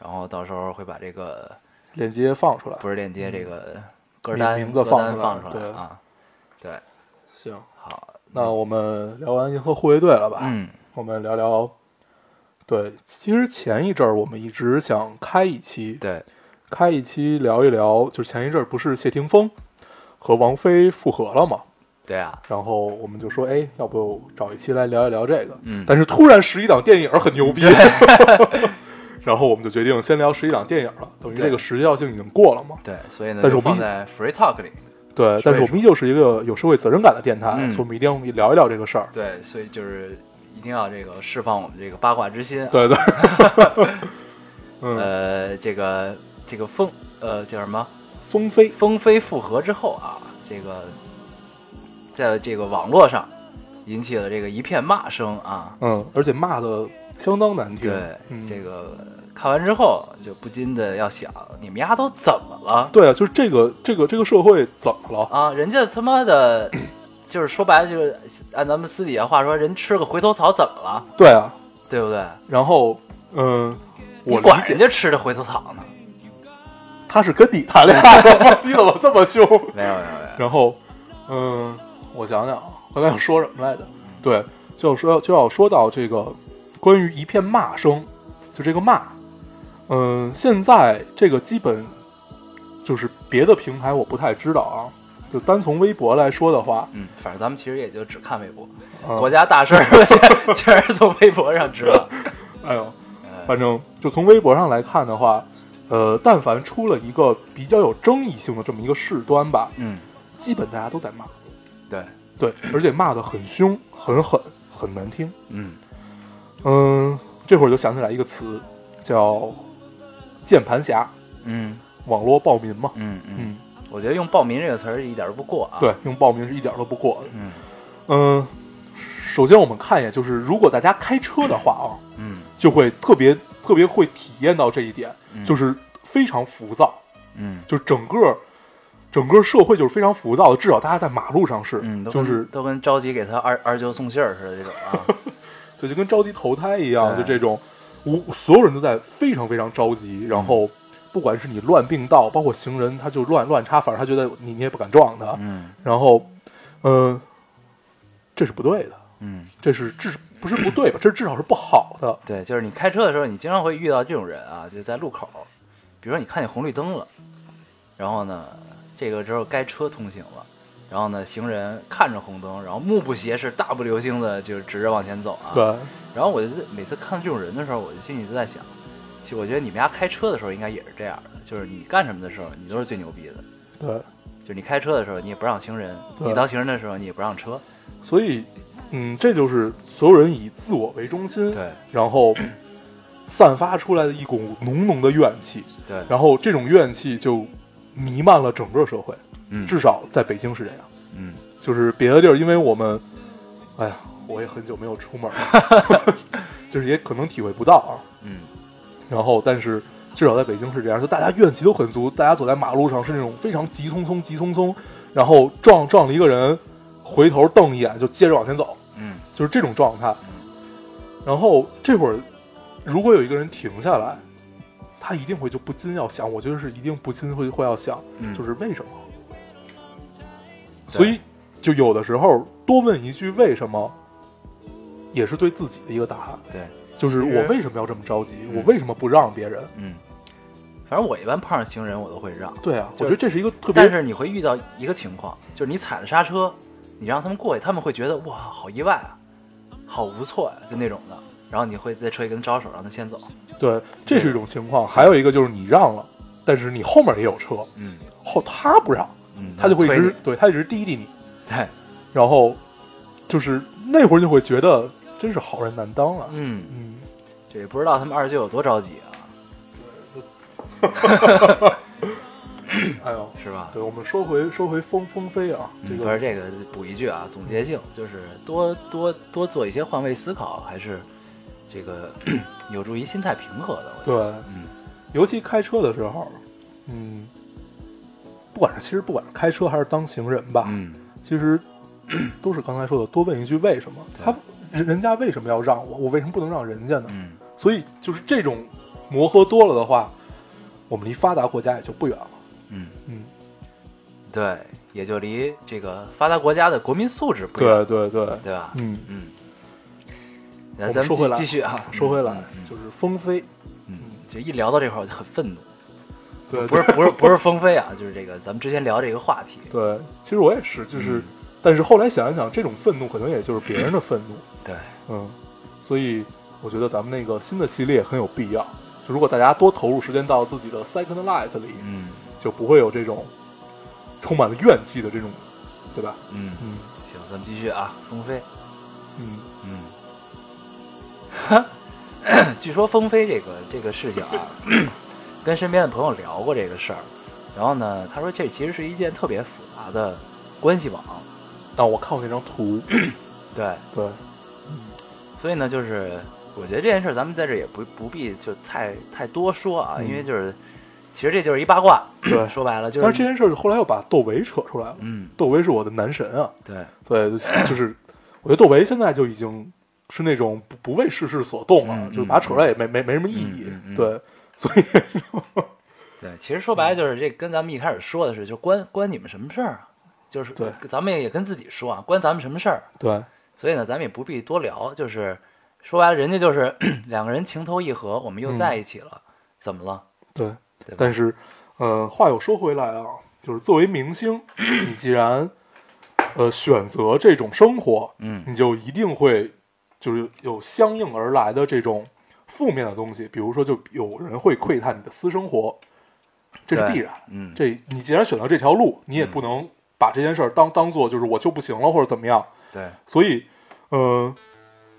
[SPEAKER 1] 然后到时候会把这个
[SPEAKER 3] 链接放出来，
[SPEAKER 1] 不是链接这个歌
[SPEAKER 3] 名
[SPEAKER 1] 单
[SPEAKER 3] 名字
[SPEAKER 1] 歌
[SPEAKER 3] 放
[SPEAKER 1] 单
[SPEAKER 3] 出来
[SPEAKER 1] 放出来
[SPEAKER 3] 对
[SPEAKER 1] 啊，对，
[SPEAKER 3] 行，
[SPEAKER 1] 好，
[SPEAKER 3] 那我们聊完银河护卫队了吧？，
[SPEAKER 1] 嗯
[SPEAKER 3] 我们聊聊。对，其实前一阵儿我们一直想开一期，
[SPEAKER 1] 对，
[SPEAKER 3] 开一期聊一聊，就是前一阵儿不是谢霆锋和王菲复合了嘛？
[SPEAKER 1] 对啊，
[SPEAKER 3] 然后我们就说，哎，要不找一期来聊一聊这个？
[SPEAKER 1] 嗯
[SPEAKER 3] 但是突然十一档电影很牛逼， 然后我们就决定先聊十一档电影了，等于
[SPEAKER 1] 对
[SPEAKER 3] 这个时效性已经过了嘛。
[SPEAKER 1] 对，所以呢，
[SPEAKER 3] 但是
[SPEAKER 1] 就
[SPEAKER 3] 我们
[SPEAKER 1] 放在 Free Talk 里。
[SPEAKER 3] 对，但是我们依旧是一个有社会责任感的电台，
[SPEAKER 1] 嗯
[SPEAKER 3] 所以我们一定要聊一聊这个事儿。
[SPEAKER 1] 对，所以就是一定要这个释放我们这个八卦之心、啊。
[SPEAKER 3] 对 对，嗯，
[SPEAKER 1] 呃，这个这个风呃叫什么？
[SPEAKER 3] 风飞，
[SPEAKER 1] 风飞复合之后啊，这个在这个网络上引起了这个一片骂声啊。
[SPEAKER 3] 嗯，而且骂的相当难听。
[SPEAKER 1] 对，
[SPEAKER 3] 嗯、
[SPEAKER 1] 这个看完之后就不禁的要想，你们丫都怎么了
[SPEAKER 3] 对啊，就是这个这个这个社会怎么了？
[SPEAKER 1] 啊？人家他妈的， 就是说白了，就是按咱们私底下话说，人吃个回头草怎么了？
[SPEAKER 3] 对啊，
[SPEAKER 1] 对不对？
[SPEAKER 3] 然后嗯，
[SPEAKER 1] 你
[SPEAKER 3] 我理
[SPEAKER 1] 管人
[SPEAKER 3] 解
[SPEAKER 1] 家吃的回头草呢？
[SPEAKER 3] 他是跟你谈恋爱吗？ 你怎么这么凶？
[SPEAKER 1] 没有没有没有，
[SPEAKER 3] 然后嗯，我想想，刚才要说什么来着？对，就说就要说到这个关于一片骂声，就这个骂，嗯，现在这个基本就是别的平台我不太知道啊，就单从微博来说的话，
[SPEAKER 1] 嗯，反正咱们其实也就只看微博，
[SPEAKER 3] 嗯、
[SPEAKER 1] 国家大事儿 全全是从微博上知道。
[SPEAKER 3] 哎呦，
[SPEAKER 1] 嗯
[SPEAKER 3] 反正就从微博上来看的话，呃，但凡出了一个比较有争议性的这么一个事端吧，
[SPEAKER 1] 嗯，
[SPEAKER 3] 基本大家都在骂，
[SPEAKER 1] 对，
[SPEAKER 3] 对，而且骂的很凶、很狠、很难听。
[SPEAKER 1] 嗯，
[SPEAKER 3] 嗯，这会儿就想起来一个词，叫“键盘侠
[SPEAKER 1] 嗯”，
[SPEAKER 3] 网络暴民嘛。
[SPEAKER 1] 嗯嗯，
[SPEAKER 3] 嗯，
[SPEAKER 1] 我觉得用“暴民”这个词儿一点儿都不过啊。，
[SPEAKER 3] 对，用暴民是一点儿都不过的。
[SPEAKER 1] 嗯
[SPEAKER 3] 嗯，首先我们看一眼，就是如果大家开车的话啊，
[SPEAKER 1] 嗯，
[SPEAKER 3] 就会特别特别会体验到这一点，
[SPEAKER 1] 嗯
[SPEAKER 3] 就是非常浮躁。
[SPEAKER 1] 嗯
[SPEAKER 3] 就整个整个社会就是非常浮躁的，至少大家在马路上是，
[SPEAKER 1] 嗯，都
[SPEAKER 3] 就
[SPEAKER 1] 跟
[SPEAKER 3] 是
[SPEAKER 1] 都跟着急给他二二舅送信儿似的这种啊。
[SPEAKER 3] 对，就跟着急投胎一样，
[SPEAKER 1] 对
[SPEAKER 3] 就这种，无所有人都在非常非常着急，
[SPEAKER 1] 嗯
[SPEAKER 3] 然后不管是你乱并道，包括行人，他就乱乱插，反正他觉得你你也不敢撞他，
[SPEAKER 1] 嗯
[SPEAKER 3] 然后，嗯、这是不对的，
[SPEAKER 1] 嗯，
[SPEAKER 3] 这是至不是不对吧？这至少是不好的，
[SPEAKER 1] 对，就是你开车的时候，你经常会遇到这种人啊，就在路口，比如说你看见红绿灯了，然后呢，这个时候该车通行了。然后呢，行人看着红灯，然后目不斜视、大步流星的，就是直着往前走啊。
[SPEAKER 3] 对，
[SPEAKER 1] 然后我就每次看到这种人的时候，我就心里就在想，其实我觉得你们家开车的时候应该也是这样的，就是你干什么的时候，你都是最牛逼的。
[SPEAKER 3] 对，
[SPEAKER 1] 就是你开车的时候，你也不让行人；
[SPEAKER 3] 对
[SPEAKER 1] 你当行人的时候，你也不让车。
[SPEAKER 3] 所以，嗯，这就是所有人以自我为中心，
[SPEAKER 1] 对
[SPEAKER 3] 然后散发出来的一股浓浓的怨气，
[SPEAKER 1] 对，
[SPEAKER 3] 然后这种怨气就弥漫了整个社会，
[SPEAKER 1] 嗯
[SPEAKER 3] 至少在北京是这样。
[SPEAKER 1] 嗯，
[SPEAKER 3] 就是别的地儿，因为我们，哎呀，我也很久没有出门了， 就是也可能体会不到啊。
[SPEAKER 1] 嗯
[SPEAKER 3] 然后，但是至少在北京是这样，就大家怨气都很足，大家走在马路上是那种非常急匆匆、急匆匆，然后撞撞了一个人，回头瞪一眼就接着往前走，
[SPEAKER 1] 嗯
[SPEAKER 3] 就是这种状态。然后这会儿，如果有一个人停下来，他一定会就不禁要想，我觉得是一定不禁会会要想，
[SPEAKER 1] 嗯，
[SPEAKER 3] 就是为什么？
[SPEAKER 1] 对
[SPEAKER 3] 所以，就有的时候多问一句为什么，也是对自己的一个答案。
[SPEAKER 1] 对，
[SPEAKER 3] 就是
[SPEAKER 1] 其实
[SPEAKER 3] 我为什么要这么着急？
[SPEAKER 1] 嗯
[SPEAKER 3] 我为什么不让别人？
[SPEAKER 1] 嗯，反正我一般碰上行人，我都会让。
[SPEAKER 3] 对啊，
[SPEAKER 1] 就是
[SPEAKER 3] 我觉得这是一个特
[SPEAKER 1] 但
[SPEAKER 3] 别
[SPEAKER 1] 是你会遇到一个情况，就是你踩了刹车，你让他们过去，他们会觉得哇，好意外啊，好无措啊呀、就那种的。然后你会在车里跟他招手，让他先走。
[SPEAKER 3] 对，这是一种情况。还有一个就是你让了，但是你后面也有车，
[SPEAKER 1] 嗯
[SPEAKER 3] 后他不让，
[SPEAKER 1] 嗯，
[SPEAKER 3] 他就会一
[SPEAKER 1] 催
[SPEAKER 3] 直
[SPEAKER 1] 你
[SPEAKER 3] 对他一直滴滴你，
[SPEAKER 1] 对，
[SPEAKER 3] 然后就是那会儿就会觉得真是好人难当啊。
[SPEAKER 1] 嗯。
[SPEAKER 3] 嗯，
[SPEAKER 1] 这也不知道他们二舅有多着急啊，
[SPEAKER 3] 哎呦，
[SPEAKER 1] 是吧？
[SPEAKER 3] 对，我们说回说回风风飞啊，这
[SPEAKER 1] 嗯
[SPEAKER 3] 个
[SPEAKER 1] 不是这个补一句啊，总结性就是多多多做一些换位思考，还是这个 有助于心态平和的。我觉得，
[SPEAKER 3] 对，
[SPEAKER 1] 嗯
[SPEAKER 3] 尤其开车的时候，嗯，不管是其实不管是开车还是当行人吧，
[SPEAKER 1] 嗯，
[SPEAKER 3] 其实 都是刚才说的，多问一句为什么，
[SPEAKER 1] 对
[SPEAKER 3] 他人人家为什么要让我，我为什么不能让人家呢？
[SPEAKER 1] 嗯，
[SPEAKER 3] 所以就是这种磨合多了的话，我们离发达国家也就不远了。
[SPEAKER 1] 嗯，
[SPEAKER 3] 嗯，
[SPEAKER 1] 对，也就离这个发达国家的国民素质不远，
[SPEAKER 3] 对对对，
[SPEAKER 1] 对吧？
[SPEAKER 3] 嗯，
[SPEAKER 1] 嗯，
[SPEAKER 3] 我
[SPEAKER 1] 那
[SPEAKER 3] 们
[SPEAKER 1] 咱
[SPEAKER 3] 说回
[SPEAKER 1] 们
[SPEAKER 3] 来
[SPEAKER 1] 继继续啊，
[SPEAKER 3] 说回来
[SPEAKER 1] 嗯嗯
[SPEAKER 3] 就是风飞，
[SPEAKER 1] 嗯，就一聊到这块儿我就很愤怒，
[SPEAKER 3] 呃对，
[SPEAKER 1] 不是不是不是风飞啊，就是这个咱们之前聊这个话题，
[SPEAKER 3] 对，其实我也是，就是，
[SPEAKER 1] 嗯
[SPEAKER 3] 但是后来想一想，这种愤怒可能也就是别人 的愤怒，
[SPEAKER 1] 对，
[SPEAKER 3] 嗯，所以我觉得咱们那个新的系列很有必要，就如果大家多投入时间到自己的 Second Life 里，
[SPEAKER 1] 嗯
[SPEAKER 3] 就不会有这种充满了怨气的这种，对吧？
[SPEAKER 1] 嗯，
[SPEAKER 3] 嗯
[SPEAKER 1] 行，咱们继续啊，风飞，
[SPEAKER 3] 嗯，
[SPEAKER 1] 嗯， 据说风飞这个这个事情啊， 跟身边的朋友聊过这个事儿，然后呢，他说这其实是一件特别复杂的关系网，
[SPEAKER 3] 但我看过那张图，
[SPEAKER 1] 对，
[SPEAKER 3] 对，
[SPEAKER 1] 所以呢，就是我觉得这件事儿咱们在这儿也不不必就太太多说啊，
[SPEAKER 3] 嗯
[SPEAKER 1] 因为就是其实这就是一八卦，
[SPEAKER 3] 对
[SPEAKER 1] 说白了就
[SPEAKER 3] 但是这
[SPEAKER 1] 是，
[SPEAKER 3] 件事儿后来又把窦唯扯出来了，
[SPEAKER 1] 嗯，
[SPEAKER 3] 窦唯是我的男神啊，
[SPEAKER 1] 对，
[SPEAKER 3] 对，就就是我觉得窦唯现在就已经是那种不不为世事所动了，
[SPEAKER 1] 嗯
[SPEAKER 3] 就是把他扯出来也没没没什么意义，
[SPEAKER 1] 嗯嗯嗯
[SPEAKER 3] 对，所以
[SPEAKER 1] 对，其实说白了就是这跟咱们一开始说的是，就关关你们什么事儿啊？就是
[SPEAKER 3] 对
[SPEAKER 1] 咱们也跟自己说啊，关咱们什么事儿？
[SPEAKER 3] 对
[SPEAKER 1] 所以呢，咱们也不必多聊，就是说白了，人家就是 两个人情投意合，我们又
[SPEAKER 3] 嗯
[SPEAKER 1] 在一起了，怎么了？
[SPEAKER 3] 对，
[SPEAKER 1] 对吧
[SPEAKER 3] 但是呃，话又说回来啊，就是作为明星，你既然呃选择这种生活，
[SPEAKER 1] 嗯
[SPEAKER 3] 你就一定会就是有相应而来的这种负面的东西，比如说就有人会窥探你的私生活，这是
[SPEAKER 1] 对
[SPEAKER 3] 必然。
[SPEAKER 1] 嗯，
[SPEAKER 3] 这你既然选择这条路，你也不能把这件事儿当当做就是我就不行了或者怎么样。
[SPEAKER 1] 对，
[SPEAKER 3] 所以，呃，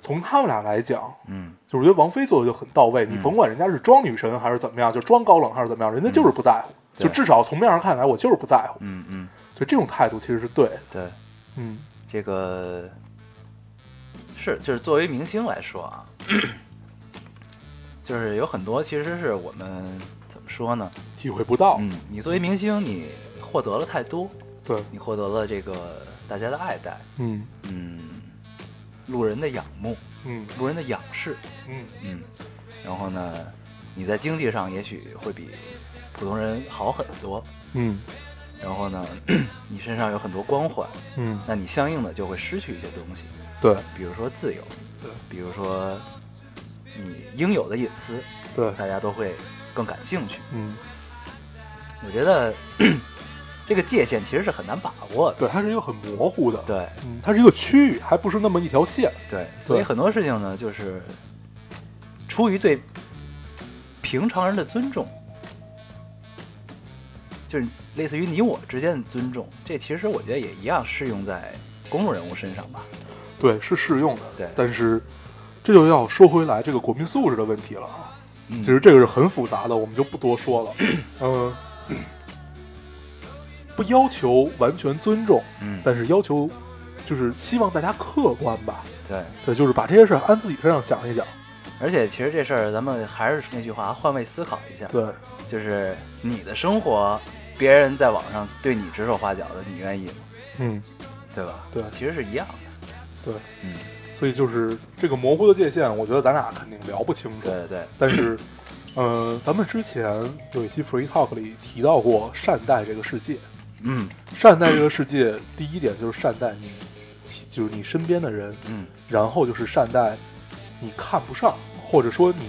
[SPEAKER 3] 从他们俩来讲，
[SPEAKER 1] 嗯
[SPEAKER 3] 就是我觉得王菲做的就很到位。你
[SPEAKER 1] 嗯
[SPEAKER 3] 甭管人家是装女神还是怎么样，就装高冷还是怎么样，人家就是不在乎。
[SPEAKER 1] 嗯对
[SPEAKER 3] 就至少从面上看来，我就是不在乎。
[SPEAKER 1] 嗯嗯，
[SPEAKER 3] 就这种态度其实是对的，
[SPEAKER 1] 对，
[SPEAKER 3] 嗯，
[SPEAKER 1] 这个是就是作为明星来说啊，就是有很多其实是我们怎么说呢？
[SPEAKER 3] 体会不到。
[SPEAKER 1] 嗯，你作为明星，你获得了太多，
[SPEAKER 3] 对，
[SPEAKER 1] 你获得了这个大家的爱戴，
[SPEAKER 3] 嗯
[SPEAKER 1] 嗯，路人的仰慕，
[SPEAKER 3] 嗯
[SPEAKER 1] 路人的仰视，
[SPEAKER 3] 嗯，
[SPEAKER 1] 嗯，然后呢，你在经济上也许会比普通人好很多，
[SPEAKER 3] 嗯
[SPEAKER 1] 然后呢， 你身上有很多光环，
[SPEAKER 3] 嗯，
[SPEAKER 1] 那你相应的就会失去一些东西，
[SPEAKER 3] 对
[SPEAKER 1] 比如说自由，
[SPEAKER 3] 对
[SPEAKER 1] 比如说你应有的隐私，
[SPEAKER 3] 对，
[SPEAKER 1] 大家都会更感兴趣。
[SPEAKER 3] 嗯
[SPEAKER 1] 我觉得 这个界限其实是很难把握的，
[SPEAKER 3] 对，它是一个很模糊的，
[SPEAKER 1] 对
[SPEAKER 3] 嗯，它是一个区域，还不是那么一条线。
[SPEAKER 1] 对，所以很多事情呢，就是出于对平常人的尊重，就是类似于你我之间的尊重，这其实我觉得也一样适用在公众人物身上吧。
[SPEAKER 3] 对，是适用的。
[SPEAKER 1] 对
[SPEAKER 3] 但是这就要说回来这个国民素质的问题了啊。
[SPEAKER 1] 嗯
[SPEAKER 3] 其实这个是很复杂的，我们就不多说 了。嗯，不要求完全尊重，
[SPEAKER 1] 嗯，
[SPEAKER 3] 但是要求就是希望大家客观吧。
[SPEAKER 1] 对，
[SPEAKER 3] 对，就是把这些事儿按自己身上想一想。
[SPEAKER 1] 而且其实这事儿咱们还是那句话，换位思考一下，
[SPEAKER 3] 对，
[SPEAKER 1] 就是你的生活，别人在网上对你指手画脚的，你愿意吗？
[SPEAKER 3] 嗯，
[SPEAKER 1] 对吧？
[SPEAKER 3] 对
[SPEAKER 1] 其实是一样的。
[SPEAKER 3] 对，
[SPEAKER 1] 嗯，
[SPEAKER 3] 所以就是这个模糊的界限，我觉得咱俩肯定聊不清楚。
[SPEAKER 1] 对对对，
[SPEAKER 3] 但是，呃，咱们之前有一期 Free Talk 里提到过善待这个世界。
[SPEAKER 1] 嗯
[SPEAKER 3] 善待这个世界，第一点就是善待你，其就是你身边的人，
[SPEAKER 1] 嗯
[SPEAKER 3] 然后就是善待你看不上或者说你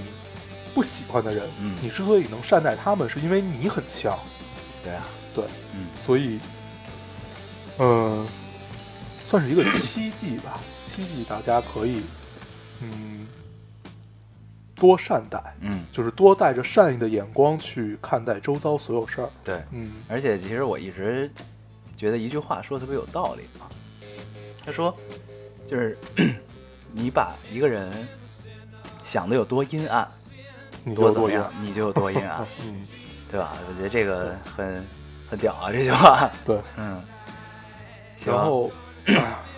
[SPEAKER 3] 不喜欢的人。
[SPEAKER 1] 嗯
[SPEAKER 3] 你之所以能善待他们，是因为你很强。
[SPEAKER 1] 对啊，
[SPEAKER 3] 对，
[SPEAKER 1] 嗯
[SPEAKER 3] 所以，呃，算是一个七忌吧。 七忌大家可以，嗯，多善待，
[SPEAKER 1] 嗯。
[SPEAKER 3] 就是多带着善意的眼光去看待周遭所有事儿。
[SPEAKER 1] 对，
[SPEAKER 3] 嗯
[SPEAKER 1] 而且其实我一直觉得一句话说的特别有道理啊。他说，就是 你把一个人想的有多阴暗，
[SPEAKER 3] 你
[SPEAKER 1] 多
[SPEAKER 3] 就多
[SPEAKER 1] 怎么
[SPEAKER 3] 一
[SPEAKER 1] 样
[SPEAKER 3] 样。，
[SPEAKER 1] 你就有多阴暗，
[SPEAKER 3] 嗯，
[SPEAKER 1] 对吧？我觉得这个很很屌啊，这句话。
[SPEAKER 3] 对。
[SPEAKER 1] 嗯，行
[SPEAKER 3] 然， 后，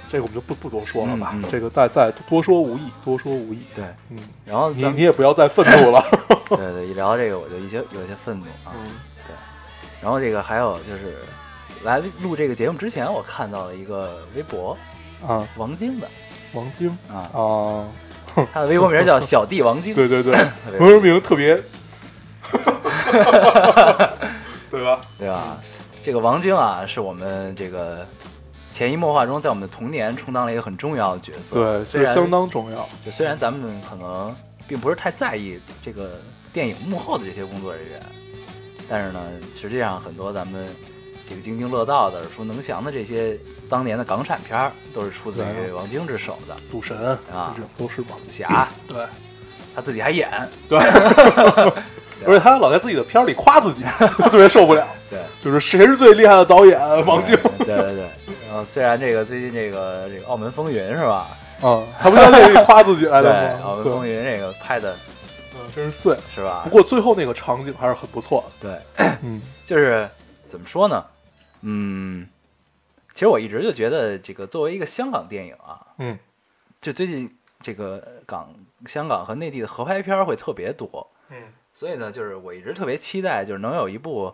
[SPEAKER 3] 这个我们就不不多说了吧，
[SPEAKER 1] 嗯嗯
[SPEAKER 3] 这个再再多说无益，多说无益。
[SPEAKER 1] 对，
[SPEAKER 3] 嗯，
[SPEAKER 1] 然后
[SPEAKER 3] 你
[SPEAKER 1] 咱
[SPEAKER 3] 你也不要再愤怒了。
[SPEAKER 1] 对对，一聊到这个我就一些有一些愤怒啊。
[SPEAKER 3] 嗯
[SPEAKER 1] 然后这个还有就是，来录这个节目之前，我看到了一个微博，
[SPEAKER 3] 啊，
[SPEAKER 1] 王晶的
[SPEAKER 3] 王晶
[SPEAKER 1] 啊，
[SPEAKER 3] 啊，
[SPEAKER 1] 他的微博名叫小弟王晶。，
[SPEAKER 3] 对对对王文明特别， 对吧？
[SPEAKER 1] 对吧？这个王晶啊，是我们这个潜移默化中，在我们的童年充当了一个很重要的角色。
[SPEAKER 3] 对，
[SPEAKER 1] 虽
[SPEAKER 3] 这嗯
[SPEAKER 1] 然
[SPEAKER 3] 相当重要。
[SPEAKER 1] 就虽然咱们可能并不是太在意这个电影幕后的这些工作人员，但是呢，实际上很多咱们这个津津乐道的、耳熟能详的这些当年的港产片儿，都是出自于
[SPEAKER 3] 对啊
[SPEAKER 1] 王晶之手的。
[SPEAKER 3] 赌神
[SPEAKER 1] 啊
[SPEAKER 3] 这种都是吧？
[SPEAKER 1] 武侠、
[SPEAKER 3] 对，
[SPEAKER 1] 他自己还演，
[SPEAKER 3] 对，而且他老在自己的片儿里夸自己，我特别受不了。
[SPEAKER 1] 对，
[SPEAKER 3] 就是谁是最厉害的导演？王晶。
[SPEAKER 1] 对对对。然后虽然这个最近这个这个澳门风云是吧？
[SPEAKER 3] 嗯，他不就在那里夸自己来
[SPEAKER 1] 对，
[SPEAKER 3] 的
[SPEAKER 1] 澳
[SPEAKER 3] 吗？
[SPEAKER 1] 门
[SPEAKER 3] 对，
[SPEAKER 1] 风云这个拍的
[SPEAKER 3] 嗯，真是醉。
[SPEAKER 1] 是吧
[SPEAKER 3] 不？过最后那个场景还是很不错的。
[SPEAKER 1] 对，
[SPEAKER 3] 嗯
[SPEAKER 1] 就是怎么说呢？嗯，其实我一直就觉得这个作为一个香港电影啊，
[SPEAKER 3] 嗯
[SPEAKER 1] 就最近这个港香港和内地的合拍片儿会特别多，
[SPEAKER 3] 嗯
[SPEAKER 1] 所以呢，就是我一直特别期待，就是能有一部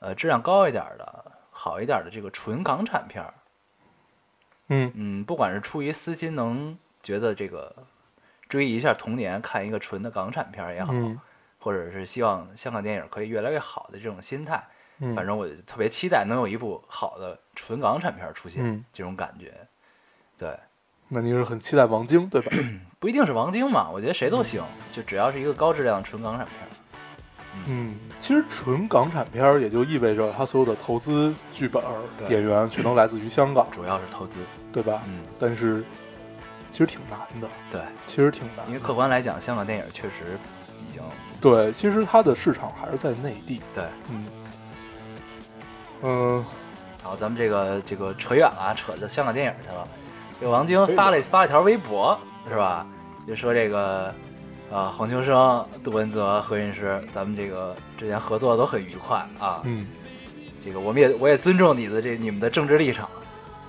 [SPEAKER 1] 呃质量高一点儿的、好一点儿的这个纯港产片儿。
[SPEAKER 3] 嗯
[SPEAKER 1] 嗯，不管是出于私心，能觉得这个追忆一下童年，看一个纯的港产片儿也好，
[SPEAKER 3] 嗯
[SPEAKER 1] 或者是希望香港电影可以越来越好的这种心态，
[SPEAKER 3] 嗯，
[SPEAKER 1] 反正我就特别期待能有一部好的纯港产片儿出现，
[SPEAKER 3] 嗯
[SPEAKER 1] 这种感觉。对，
[SPEAKER 3] 那你是很期待王晶对 吧？
[SPEAKER 1] 不一定是王晶嘛，我觉得谁都行，就只要是一个高质量的纯港产片儿。
[SPEAKER 3] 嗯，其实纯港产片儿也就意味着它所有的投资、剧本儿、
[SPEAKER 1] 对
[SPEAKER 3] 演员全都来自于香港，
[SPEAKER 1] 主要是投资，
[SPEAKER 3] 对吧？
[SPEAKER 1] 嗯，
[SPEAKER 3] 但是其实挺难的，
[SPEAKER 1] 对，
[SPEAKER 3] 其实挺难
[SPEAKER 1] 因。为客观来讲，香港电影确实已经
[SPEAKER 3] 对，其实它的市场还是在内地。
[SPEAKER 1] 对。
[SPEAKER 3] 嗯嗯，
[SPEAKER 1] 好，咱们这个这个扯远了啊，扯到香港电影去了。这个王晶发了发了条微博，是吧？就说这个啊，黄秋生、杜文泽、何韵诗，咱们这个之前合作都很愉快啊。
[SPEAKER 3] 嗯
[SPEAKER 1] 这个我们也我也尊重你的这你们的政治立场，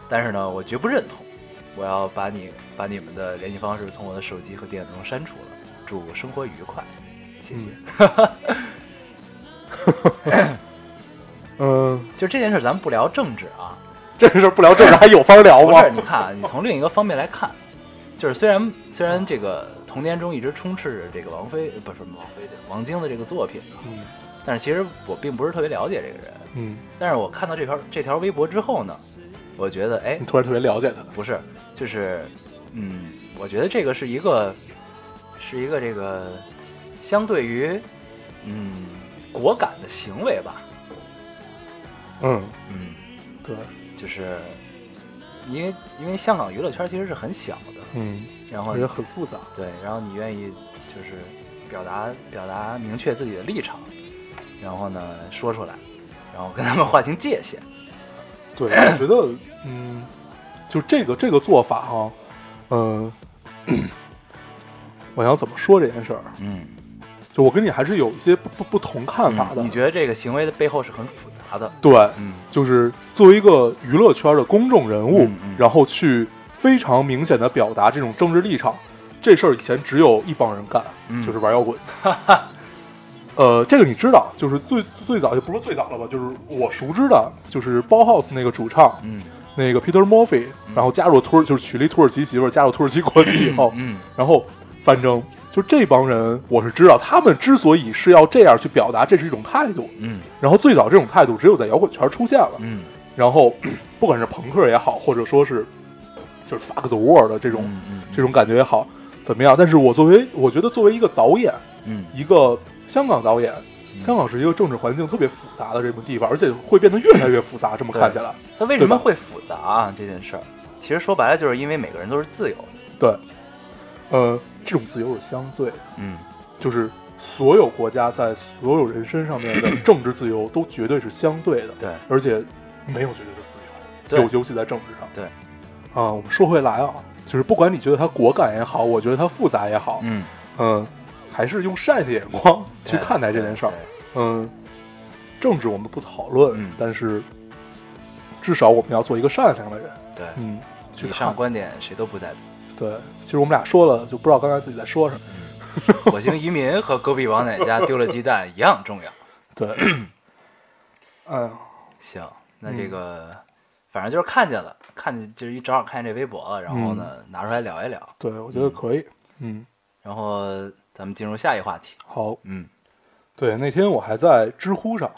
[SPEAKER 1] 但是呢，我绝不认同。我要把你把你们的联系方式从我的手机和电脑中删除了。祝生活愉快，谢谢。
[SPEAKER 3] 嗯，
[SPEAKER 1] 就这件事，咱们不聊政治啊，
[SPEAKER 3] 这事儿不聊这事儿还有法儿聊
[SPEAKER 1] 不
[SPEAKER 3] 吗
[SPEAKER 1] 是，？你看啊，你从另一个方面来看，就是虽然虽然这个童年中一直充斥着这个王菲呃不是王菲的王晶的这个作品，啊
[SPEAKER 3] 嗯
[SPEAKER 1] 但是其实我并不是特别了解这个人。
[SPEAKER 3] 嗯，
[SPEAKER 1] 但是我看到这条这条微博之后呢，我觉得哎
[SPEAKER 3] 你，突然特别了解他了。
[SPEAKER 1] 不是，就是嗯，我觉得这个是一个是一个这个相对于嗯果敢的行为吧，
[SPEAKER 3] 嗯，
[SPEAKER 1] 嗯，
[SPEAKER 3] 对，
[SPEAKER 1] 就是因为因为香港娱乐圈其实是很小的，
[SPEAKER 3] 嗯，
[SPEAKER 1] 然后
[SPEAKER 3] 而且很复杂。
[SPEAKER 1] 对，然后你愿意就是表达表达明确自己的立场，然后呢说出来，然后跟他们划清界限。
[SPEAKER 3] 对，我觉得，嗯，就这个这个做法哈、嗯、我想怎么说这件事儿？
[SPEAKER 1] 嗯，
[SPEAKER 3] 就我跟你还是有一些不不不同看法的。
[SPEAKER 1] 你觉得这个行为的背后是很复杂的。
[SPEAKER 3] 对，
[SPEAKER 1] 嗯
[SPEAKER 3] 就是作为一个娱乐圈的公众人物，
[SPEAKER 1] 嗯嗯
[SPEAKER 3] 然后去非常明显的表达这种政治立场，这事儿以前只有一帮人干，
[SPEAKER 1] 嗯
[SPEAKER 3] 就是玩摇滚。呃，这个你知道，就是最最早也不是说最早了吧，就是我熟知的，就是包 house 那个主唱，
[SPEAKER 1] 嗯
[SPEAKER 3] 那个 Peter Murphy，然后加入了土耳就是娶了一土耳其媳妇儿，加入土耳其国籍以后，
[SPEAKER 1] 嗯
[SPEAKER 3] 然后反正就这帮人，我是知道他们之所以是要这样去表达，这是一种态度。
[SPEAKER 1] 嗯
[SPEAKER 3] 然后最早这种态度只有在摇滚圈出现了，
[SPEAKER 1] 嗯，
[SPEAKER 3] 然后 不管是朋克也好，或者说是就是 fuck the world 的这种、
[SPEAKER 1] 嗯嗯
[SPEAKER 3] 这种感觉也好，怎么样？但是我作为我觉得作为一个导演，
[SPEAKER 1] 嗯
[SPEAKER 3] 一个香港导演，
[SPEAKER 1] 嗯
[SPEAKER 3] 香港是一个政治环境特别复杂的这种地方，而且会变得越来越复杂。这么看起来，
[SPEAKER 1] 它为什
[SPEAKER 3] 对
[SPEAKER 1] 么
[SPEAKER 3] 吧
[SPEAKER 1] 会复杂啊？这件事儿，其实说白了就是因为每个人都是自由的。
[SPEAKER 3] 对，呃，这种自由是相对的，
[SPEAKER 1] 嗯
[SPEAKER 3] 就是所有国家在所有人身上面 的政治自由都绝对是相对的，
[SPEAKER 1] 对
[SPEAKER 3] 而且没有绝对的自由，
[SPEAKER 1] 对
[SPEAKER 3] 尤尤其在政治上。
[SPEAKER 1] 对，
[SPEAKER 3] 啊、我们说回来啊，就是不管你觉得它果敢也好，我觉得它复杂也好，嗯、
[SPEAKER 1] 嗯，
[SPEAKER 3] 还是用善意的眼光去
[SPEAKER 1] 对
[SPEAKER 3] 看待这件事儿。
[SPEAKER 1] 对
[SPEAKER 3] 嗯，政治我们不讨论，
[SPEAKER 1] 嗯
[SPEAKER 3] 但是至少我们要做一个善良的人。
[SPEAKER 1] 对，对
[SPEAKER 3] 嗯，去
[SPEAKER 1] 以
[SPEAKER 3] 看
[SPEAKER 1] 上。观点谁都不代表。
[SPEAKER 3] 对，其实我们俩说了，就不知道刚才自己在说什么。
[SPEAKER 1] 火星移民和隔壁王奶家丢了鸡蛋一样重要。
[SPEAKER 3] 对，哎呀，
[SPEAKER 1] 行，那这个、反正就是看见了，看见就是一正好看见这微博了，然后呢、拿出来聊一聊，
[SPEAKER 3] 对，我觉得可以。嗯，
[SPEAKER 1] 然后咱们进入下一话题。
[SPEAKER 3] 好。
[SPEAKER 1] 嗯
[SPEAKER 3] 对，那天我还在知乎上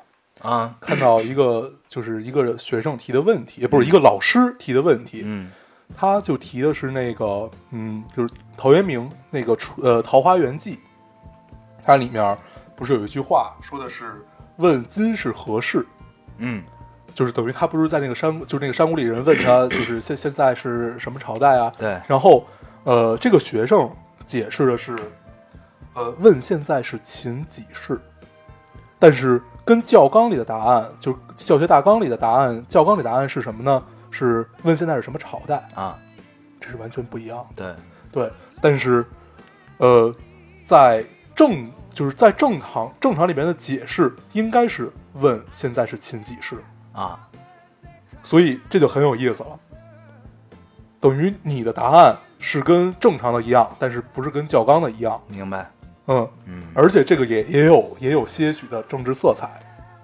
[SPEAKER 1] 啊
[SPEAKER 3] 看到一个，就是一个学生提的问题，也不是一个老师提的问题。
[SPEAKER 1] 嗯
[SPEAKER 3] 他就提的是那个，嗯，就是陶渊明那个楚呃《桃花源记》，它里面不是有一句话说的是“问今是何事
[SPEAKER 1] 嗯”，
[SPEAKER 3] 就是等于他不是在那个山，就是那个山谷里人问他，就是现现在是什么朝代啊？
[SPEAKER 1] 对
[SPEAKER 3] 然后，呃，这个学生解释的是，呃，问现在是秦几世，但是跟教纲里的答案，就是教学大纲里的答案，教纲里答案是什么呢？是问现在是什么朝代，
[SPEAKER 1] 啊，
[SPEAKER 3] 这是完全不一样的。
[SPEAKER 1] 对，
[SPEAKER 3] 对，但是，呃，在正就是在正常正常里面的解释应该是问现在是秦几世，
[SPEAKER 1] 啊，
[SPEAKER 3] 所以这就很有意思了。等于你的答案是跟正常的一样，但是不是跟教纲的一样？
[SPEAKER 1] 明白，
[SPEAKER 3] 嗯，
[SPEAKER 1] 嗯，
[SPEAKER 3] 而且这个也也有也有些许的政治色彩。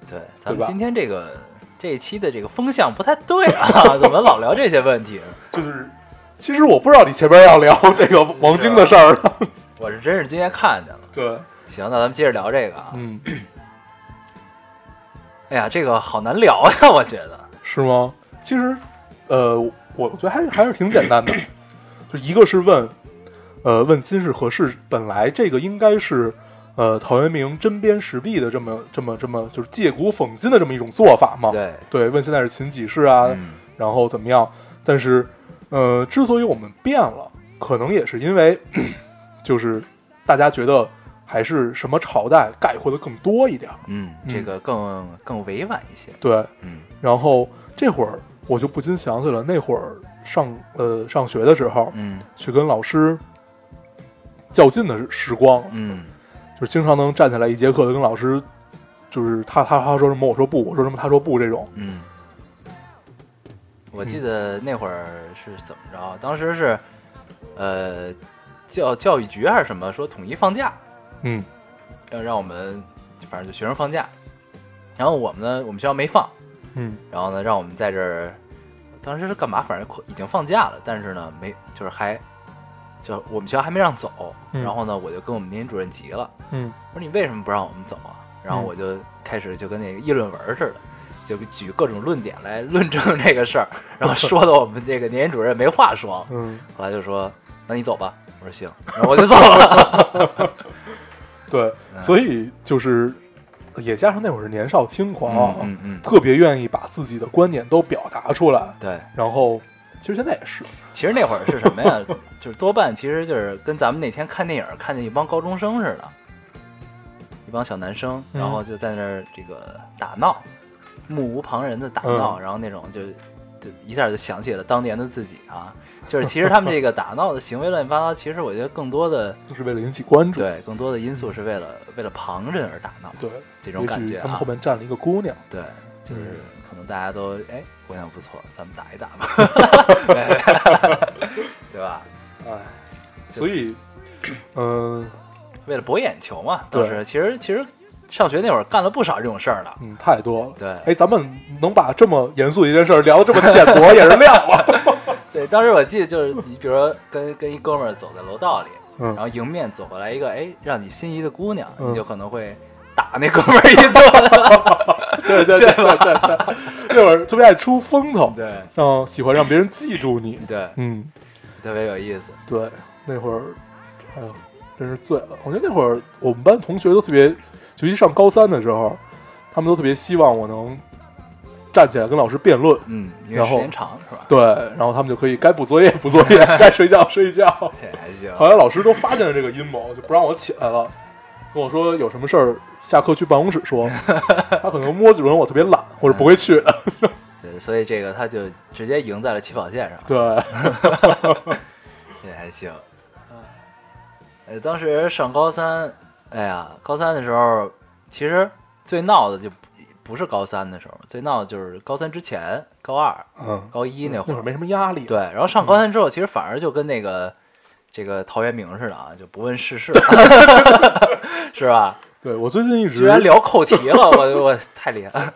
[SPEAKER 1] 对，咱
[SPEAKER 3] 对
[SPEAKER 1] 们
[SPEAKER 3] 吧
[SPEAKER 1] 今天这个这一期的这个风向不太对啊， 怎么老聊这些问题？
[SPEAKER 3] 就是，其实我不知道你前边要聊这个王晶的事儿了。
[SPEAKER 1] 我是真是今天看见了。
[SPEAKER 3] 对，
[SPEAKER 1] 行，那咱们接着聊这个啊。
[SPEAKER 3] 嗯，
[SPEAKER 1] 哎呀，这个好难聊呀，我觉得。
[SPEAKER 3] 是吗？其实，呃，我我觉得还是还是挺简单的，就一个是问，呃，问今是何事？本来这个应该是，呃，陶渊明针砭时弊的这么这么这么就是借古讽今的这么一种做法嘛。
[SPEAKER 1] 对，
[SPEAKER 3] 对，问现在是秦几世啊，
[SPEAKER 1] 嗯，
[SPEAKER 3] 然后怎么样？但是，呃，之所以我们变了，可能也是因为， 就是大家觉得还是什么朝代概括的更多一点儿。
[SPEAKER 1] 嗯，这个更更委婉一些。
[SPEAKER 3] 对，
[SPEAKER 1] 嗯
[SPEAKER 3] 然后这会儿我就不禁想起了那会儿上呃上学的时候，
[SPEAKER 1] 嗯
[SPEAKER 3] 去跟老师较劲的时光，
[SPEAKER 1] 嗯
[SPEAKER 3] 就是经常能站起来一节课就跟老师，就是他他他说什么我说不，我说什么他说不这种。
[SPEAKER 1] 嗯。我记得那会儿是怎么着？当时是，呃，教教育局还是什么说统一放假，
[SPEAKER 3] 嗯
[SPEAKER 1] 要让我们反正就学生放假，然后我们呢，我们学校没放，
[SPEAKER 3] 嗯
[SPEAKER 1] 然后呢，让我们在这儿，当时是干嘛？反正已经放假了，但是呢，没就是还，就是我们学校还没让走。
[SPEAKER 3] 嗯
[SPEAKER 1] 然后呢，我就跟我们年级主任急了，
[SPEAKER 3] 嗯
[SPEAKER 1] 我说你为什么不让我们走啊？然后
[SPEAKER 3] 嗯
[SPEAKER 1] 我就开始就跟那个议论文似的，就举各种论点来论证这 个事儿，然后说的我们这个年级主任没话说。
[SPEAKER 3] 嗯，
[SPEAKER 1] 后来就说，那你走吧。我说行，然后我就走了。
[SPEAKER 3] 对，
[SPEAKER 1] 嗯
[SPEAKER 3] 所以就是也加上那会儿是年少轻狂啊，
[SPEAKER 1] 嗯嗯嗯，
[SPEAKER 3] 特别愿意把自己的观点都表达出来，
[SPEAKER 1] 对。
[SPEAKER 3] 然后其实现在也是，
[SPEAKER 1] 其实那会儿是什么呀？ 就是多半其实就是跟咱们那天看电影儿看见一帮高中生似的，一帮小男生，
[SPEAKER 3] 嗯
[SPEAKER 1] 然后就在那儿这个打闹，目无旁人的打
[SPEAKER 3] 嗯
[SPEAKER 1] 闹，然后那种就就一下就想起了当年的自己啊。就是其实他们这个打闹的行为乱七八糟，其实我觉得更 多的
[SPEAKER 3] 就是为了引起关注。
[SPEAKER 1] 对更多的因素是为了为了旁人而打闹
[SPEAKER 3] 对，
[SPEAKER 1] 这种
[SPEAKER 3] 也
[SPEAKER 1] 感
[SPEAKER 3] 许
[SPEAKER 1] 觉
[SPEAKER 3] 他们
[SPEAKER 1] 啊
[SPEAKER 3] 后。面站了一个姑娘。
[SPEAKER 1] 对，就是
[SPEAKER 3] 嗯
[SPEAKER 1] 可能大家都哎姑娘不错，咱们打一打 吧， 对吧？
[SPEAKER 3] 哎，所以，嗯、
[SPEAKER 1] 为了博眼球嘛，
[SPEAKER 3] 对
[SPEAKER 1] 当时其实其实上学那会儿干了不少这种事儿呢。
[SPEAKER 3] 嗯，太多了。哎，
[SPEAKER 1] 对
[SPEAKER 3] 咱们能把这么严肃的一件事儿聊得这么浅薄，也是亮 了。
[SPEAKER 1] 对，当时我记得就是你，比如说跟跟一哥们儿走在楼道里，然
[SPEAKER 3] 嗯，
[SPEAKER 1] 后迎面走过来一个哎让你心仪的姑娘，
[SPEAKER 3] 嗯
[SPEAKER 1] 你就可能会打那哥们儿 一顿。
[SPEAKER 3] 对对对对对，对 那会儿特别爱出风头，
[SPEAKER 1] 对
[SPEAKER 3] 让喜欢让别人记住你。
[SPEAKER 1] 对，
[SPEAKER 3] 嗯，
[SPEAKER 1] 特别有意思。
[SPEAKER 3] 对，那会儿，哎呦，真是醉了。我觉得那会儿我们班同学都特别，尤其上高三的时候，他们都特别希望我能站起来跟老师辩论。
[SPEAKER 1] 嗯，因为
[SPEAKER 3] 然
[SPEAKER 1] 时
[SPEAKER 3] 后
[SPEAKER 1] 间长是吧？
[SPEAKER 3] 对，然后他们就可以该补作业补作业，该睡觉睡觉。
[SPEAKER 1] 这还行。
[SPEAKER 3] 后来老师都发现了这个阴谋，就不让我起来了，跟我说有什么事儿下课去办公室说。他可能摸准了我特别懒，或者不会去的。
[SPEAKER 1] 对，所以这个他就直接赢在了起跑线上。
[SPEAKER 3] 对，
[SPEAKER 1] 这还行。
[SPEAKER 3] 嗯
[SPEAKER 1] 呃，当时上高三，哎呀，高三的时候，其实最闹的就不不是高三的时候，最闹的就是高三之前，高二、
[SPEAKER 3] 嗯，
[SPEAKER 1] 高一那会
[SPEAKER 3] 那会
[SPEAKER 1] 儿。
[SPEAKER 3] 儿没什么压力。
[SPEAKER 1] 对，然后上高三之后，其实反而就跟那个这个陶渊明似的啊，就不问世事， 是吧？
[SPEAKER 3] 对，我最近一直
[SPEAKER 1] 居然聊扣题了，我我太厉害了。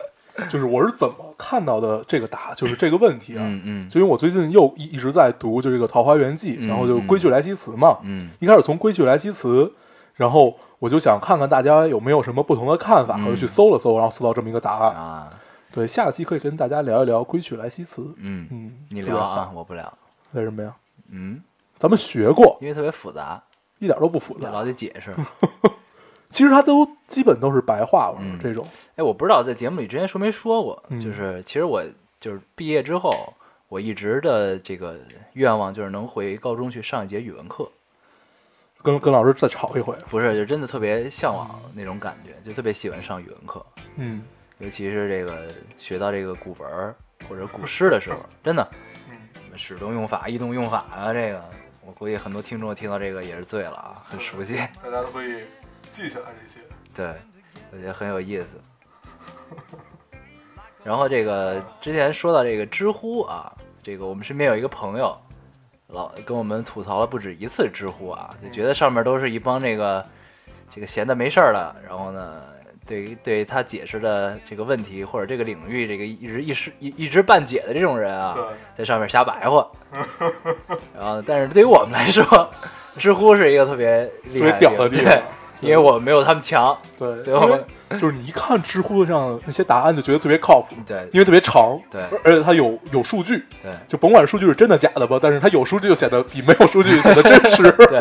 [SPEAKER 3] 就是我是怎么看到的这个答，就是这个问题啊。
[SPEAKER 1] 嗯嗯
[SPEAKER 3] 就因为我最近又一一直在读就这个《桃花源记》，
[SPEAKER 1] 嗯
[SPEAKER 3] 然后就《归去来兮辞》嘛。
[SPEAKER 1] 嗯
[SPEAKER 3] 一开始从《归去来兮辞》，然后我就想看看大家有没有什么不同的看法，
[SPEAKER 1] 嗯
[SPEAKER 3] 我就去搜了搜，然后搜到这么一个答案。
[SPEAKER 1] 啊
[SPEAKER 3] 对，下期可以跟大家聊一聊《归去来兮辞》。
[SPEAKER 1] 嗯，
[SPEAKER 3] 嗯，
[SPEAKER 1] 你
[SPEAKER 3] 特别
[SPEAKER 1] 聊啊，
[SPEAKER 3] 好？
[SPEAKER 1] 我不聊。
[SPEAKER 3] 为什么呀？
[SPEAKER 1] 嗯，
[SPEAKER 3] 咱们学过，
[SPEAKER 1] 因为特别复杂，
[SPEAKER 3] 一点都不复杂。
[SPEAKER 1] 老得解释。
[SPEAKER 3] 其实它都基本都是白话文、
[SPEAKER 1] 嗯
[SPEAKER 3] 这种。
[SPEAKER 1] 哎，我不知道在节目里之前说没说过，
[SPEAKER 3] 嗯
[SPEAKER 1] 就是其实我就是毕业之后，我一直的这个愿望就是能回高中去上一节语文课。
[SPEAKER 3] 跟跟老师再吵一回。
[SPEAKER 1] 不是，就真的特别向往那种感觉，就特别喜欢上语文课，
[SPEAKER 3] 嗯
[SPEAKER 1] 尤其是这个学到这个古文儿或者古诗的时候，真的
[SPEAKER 3] 嗯，
[SPEAKER 1] 什么使动用法、异动用法啊，这个我估计很多听众听到这个也是醉了啊，很熟悉，
[SPEAKER 3] 大家都可以记下来这些。
[SPEAKER 1] 对，我觉得很有意思。 然后这个之前说到这个知乎啊，这个我们身边有一个朋友，老跟我们吐槽了不止一次知乎啊，
[SPEAKER 3] 嗯
[SPEAKER 1] 就觉得上面都是一帮这个这个闲的没事儿的，然后呢，对对他解释的这个问题或者这个领域这个一直一时一一知半解的这种人啊，
[SPEAKER 3] 对，
[SPEAKER 1] 在上面瞎白活。然后，但是对于我们来说，知乎是一个特别厉害
[SPEAKER 3] 特别屌的地方
[SPEAKER 1] 对因为我们没有他们强。
[SPEAKER 3] 对，
[SPEAKER 1] 所以我
[SPEAKER 3] 因
[SPEAKER 1] 们
[SPEAKER 3] 为就是你一看知乎上那些答案就觉得特别靠谱，
[SPEAKER 1] 对
[SPEAKER 3] 因为特别长，
[SPEAKER 1] 对
[SPEAKER 3] 而而且它有有数据，
[SPEAKER 1] 对
[SPEAKER 3] 就甭管数据是真的假的吧，但是它有数据就显得比没有数据显得真 实。
[SPEAKER 1] 对。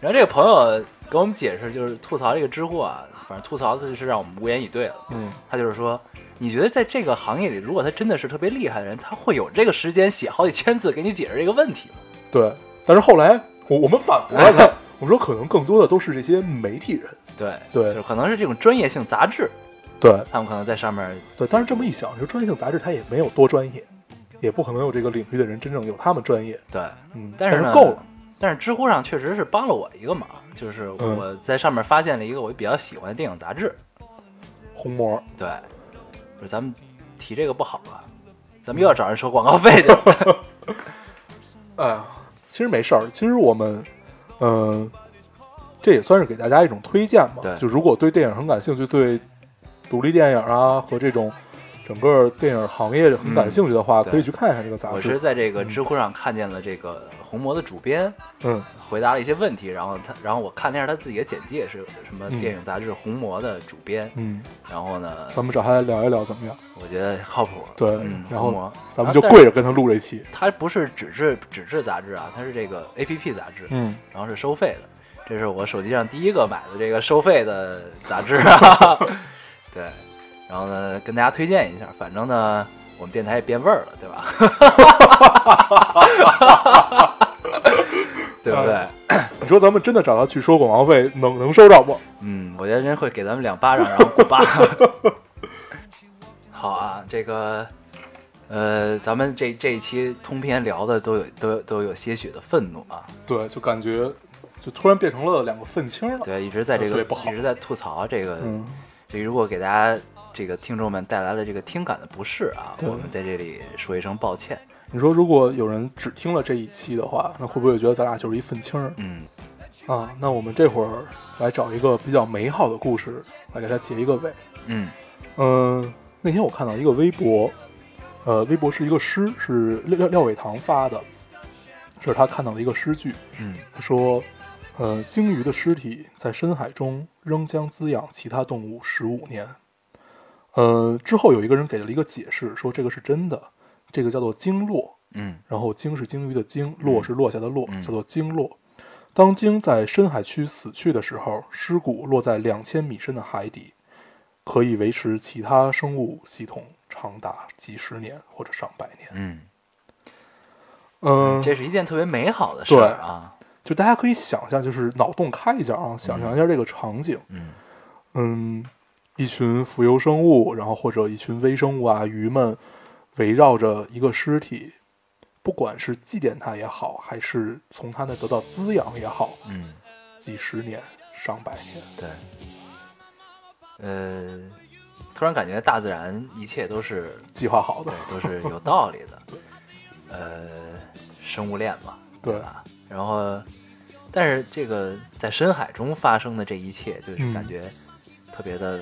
[SPEAKER 1] 然后这个朋友给我们解释，就是吐槽这个知乎啊，反正吐槽的就是让我们无言以对了。
[SPEAKER 3] 嗯，
[SPEAKER 1] 他就是说，你觉得在这个行业里，如果他真的是特别厉害的人，他会有这个时间写好几千字给你解释这个问题吗？
[SPEAKER 3] 对。但是后来我我们反驳了 他，我们说可能更多的都是这些媒体人，
[SPEAKER 1] 对
[SPEAKER 3] 对
[SPEAKER 1] 就是可能是这种专业性杂志，
[SPEAKER 3] 对
[SPEAKER 1] 他们可能在上面
[SPEAKER 3] 对。但是这么一想，就专业性杂志它也没有多专业，也不可能有这个领域的人真正有他们专业。
[SPEAKER 1] 对
[SPEAKER 3] 嗯，
[SPEAKER 1] 但
[SPEAKER 3] 是
[SPEAKER 1] 呢，
[SPEAKER 3] 够了。。
[SPEAKER 1] 但是知乎上确实是帮了我一个忙，就是
[SPEAKER 3] 嗯
[SPEAKER 1] 我在上面发现了一个我比较喜欢的电影杂志。
[SPEAKER 3] 红魔，
[SPEAKER 1] 对，不是咱们提这个不好啊，咱们又要找人收广告费去了。
[SPEAKER 3] 哎呀，其实没事儿。其实我们，嗯、这也算是给大家一种推荐吧。
[SPEAKER 1] 对
[SPEAKER 3] 就如果对电影很感兴趣，对独立电影啊和这种整个电影行业很感兴趣的话，
[SPEAKER 1] 对
[SPEAKER 3] 可以去看一下这个杂
[SPEAKER 1] 我是
[SPEAKER 3] 志。
[SPEAKER 1] 在这个知乎上看见了这个红魔的主编
[SPEAKER 3] 嗯
[SPEAKER 1] 回答了一些问题，然后他，然后我看了一下他自己的简介是什么
[SPEAKER 3] 嗯
[SPEAKER 1] 电影杂志红魔的主编，
[SPEAKER 3] 嗯，
[SPEAKER 1] 然后呢，
[SPEAKER 3] 咱们找他来聊一聊怎么样？
[SPEAKER 1] 我觉得靠谱。
[SPEAKER 3] 对，
[SPEAKER 1] 嗯，
[SPEAKER 3] 然
[SPEAKER 1] 红
[SPEAKER 3] 后
[SPEAKER 1] 魔，
[SPEAKER 3] 咱们
[SPEAKER 1] 啊
[SPEAKER 3] 就
[SPEAKER 1] 但
[SPEAKER 3] 跪
[SPEAKER 1] 是
[SPEAKER 3] 着跟他录这期。
[SPEAKER 1] 它不是纸质纸质杂志啊，它是这个 A P P 杂志，
[SPEAKER 3] 嗯，
[SPEAKER 1] 然后是收费的。这是我手机上第一个买的这个收费的杂志啊， 对，然后呢，跟大家推荐一下，反正呢，我们电台也变味儿了，对吧？ 对不对？
[SPEAKER 3] 你说咱们真的找他去收广告费，能能收着不？
[SPEAKER 1] 嗯，我觉得人会给咱们两巴掌，然后鼓巴。 好啊，这个，呃，咱们这这一期通篇聊的都有都有都有些许的愤怒啊，
[SPEAKER 3] 对，就感觉就突然变成了两个愤青了。
[SPEAKER 1] 对，一直在这
[SPEAKER 3] 特
[SPEAKER 1] 个
[SPEAKER 3] 别不好
[SPEAKER 1] 一直在吐槽啊这个
[SPEAKER 3] 嗯，
[SPEAKER 1] 这如果给大家这个听众们带来了这个听感的不适啊，
[SPEAKER 3] 对
[SPEAKER 1] 我们在这里说一声抱歉。
[SPEAKER 3] 你说如果有人只听了这一期的话，那会不会觉得咱俩就是一愤青儿？
[SPEAKER 1] 嗯，
[SPEAKER 3] 啊，那我们这会儿来找一个比较美好的故事来给它结一个尾。
[SPEAKER 1] 嗯
[SPEAKER 3] 嗯，那天我看到一个微博，呃，微博是一个诗，是廖廖廖伟棠发的，是他看到的一个诗句，
[SPEAKER 1] 嗯
[SPEAKER 3] 他说，呃，鲸鱼的尸体在深海中仍将滋养其他动物十五年。呃，之后有一个人给了一个解释，说这个是真的，这个叫做鲸落，
[SPEAKER 1] 嗯
[SPEAKER 3] 然后鲸是鲸鱼的鲸，落是落下的落，
[SPEAKER 1] 嗯
[SPEAKER 3] 叫做鲸落。当鲸在深海区死去的时候，尸骨落在两千米深的海底，可以维持其他生物系统长达几十年或者上百年。
[SPEAKER 1] 嗯，
[SPEAKER 3] 嗯，
[SPEAKER 1] 这是一件特别美好的事儿啊。
[SPEAKER 3] 就大家可以想象，就是脑洞开一下啊，想象一下这个场景。
[SPEAKER 1] 嗯
[SPEAKER 3] 嗯，一群浮游生物，然后或者一群微生物啊，鱼们围绕着一个尸体，不管是祭奠它也好，还是从它那得到滋养也好，
[SPEAKER 1] 嗯，
[SPEAKER 3] 几十年、上百年，
[SPEAKER 1] 对。呃，突然感觉大自然一切都是
[SPEAKER 3] 计划好的
[SPEAKER 1] 对，，都是有道理的。呃，生物链嘛，
[SPEAKER 3] 对，
[SPEAKER 1] 吧？然后，但是这个在深海中发生的这一切，就是
[SPEAKER 3] 嗯
[SPEAKER 1] 感觉特别的、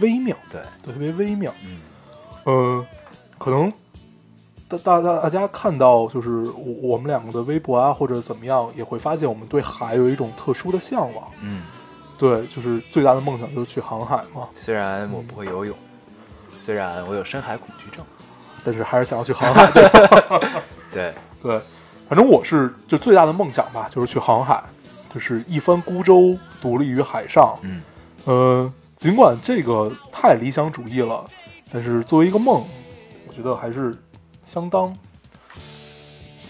[SPEAKER 3] 微妙，
[SPEAKER 1] 对，
[SPEAKER 3] 对，特别微妙。
[SPEAKER 1] 嗯
[SPEAKER 3] 嗯，可能大大大大家看到就是我我们两个的微博啊，或者怎么样，也会发现我们对海有一种特殊的向往。
[SPEAKER 1] 嗯。
[SPEAKER 3] 对，就是最大的梦想就是去航海嘛，
[SPEAKER 1] 虽然我不会游泳，虽然我有深海恐惧症，
[SPEAKER 3] 但是还是想要去航 海。对
[SPEAKER 1] 对，
[SPEAKER 3] 对，反正我是就最大的梦想吧，就是去航海，就是一番孤舟独立于海上。
[SPEAKER 1] 嗯
[SPEAKER 3] 呃，尽管这个太理想主义了，但是作为一个梦，我觉得还是相当，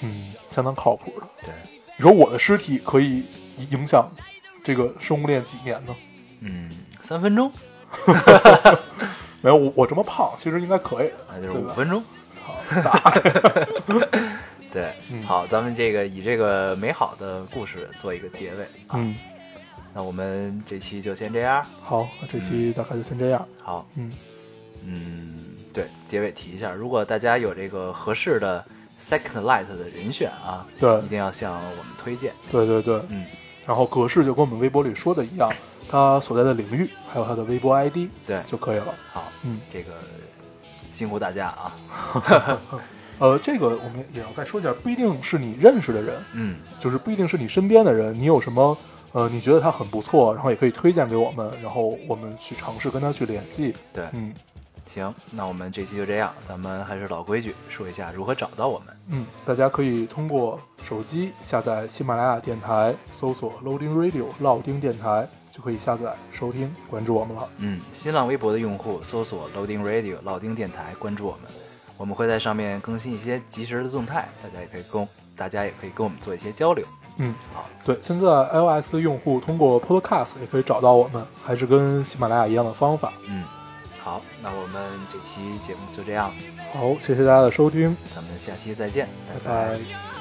[SPEAKER 3] 嗯，相当靠谱的。
[SPEAKER 1] 对，
[SPEAKER 3] 你说我的尸体可以影响这个生物链几年呢？
[SPEAKER 1] 嗯，三分钟，
[SPEAKER 3] 没有，我我这么胖，其实应该可以的，
[SPEAKER 1] 那啊就是
[SPEAKER 3] 对
[SPEAKER 1] 五
[SPEAKER 3] 吧
[SPEAKER 1] 分钟。
[SPEAKER 3] 好大
[SPEAKER 1] 对，
[SPEAKER 3] 嗯
[SPEAKER 1] 好，咱们这个以这个美好的故事做一个结尾啊。
[SPEAKER 3] 嗯，
[SPEAKER 1] 那我们这期就先这样。
[SPEAKER 3] 好，那这
[SPEAKER 1] 嗯
[SPEAKER 3] 期大概就先这样。
[SPEAKER 1] 好，
[SPEAKER 3] 嗯，
[SPEAKER 1] 嗯，对，结尾提一下，如果大家有这个合适的 Second Light 的人选啊，
[SPEAKER 3] 对
[SPEAKER 1] 一定要向我们推荐。
[SPEAKER 3] 对对对，
[SPEAKER 1] 嗯，
[SPEAKER 3] 然后格式就跟我们微博里说的一样，他所在的领域还有他的微博 ID
[SPEAKER 1] 对，
[SPEAKER 3] 就可以了。
[SPEAKER 1] 好，
[SPEAKER 3] 嗯，
[SPEAKER 1] 这个辛苦大家啊。
[SPEAKER 3] 呃，这个我们也要再说一下，不一定是你认识的人，
[SPEAKER 1] 嗯，
[SPEAKER 3] 就是不一定是你身边的人，你有什么呃，你觉得他很不错，然后也可以推荐给我们，然后我们去尝试跟他去联系。
[SPEAKER 1] 对，
[SPEAKER 3] 嗯
[SPEAKER 1] 行，那我们这期就这样，咱们还是老规矩，说一下如何找到我们。
[SPEAKER 3] 嗯，大家可以通过手机下载喜马拉雅电台，搜索 Loading Radio 老丁电台，就可以下载收听关注我们了。
[SPEAKER 1] 嗯，新浪微博的用户搜索 Loading Radio 老丁电台，关注我们，我们会在上面更新一些及时的动态，大家也可以跟我大家也可以跟我们做一些交流。
[SPEAKER 3] 嗯，
[SPEAKER 1] 好，
[SPEAKER 3] 对，现在 iOS 的用户通过 Podcast 也可以找到我们，还是跟喜马拉雅一样的方法。
[SPEAKER 1] 嗯，好，那我们这期节目就这样，
[SPEAKER 3] 好，谢谢大家的收听，
[SPEAKER 1] 咱们下期再见，
[SPEAKER 3] 拜
[SPEAKER 1] 拜
[SPEAKER 3] 拜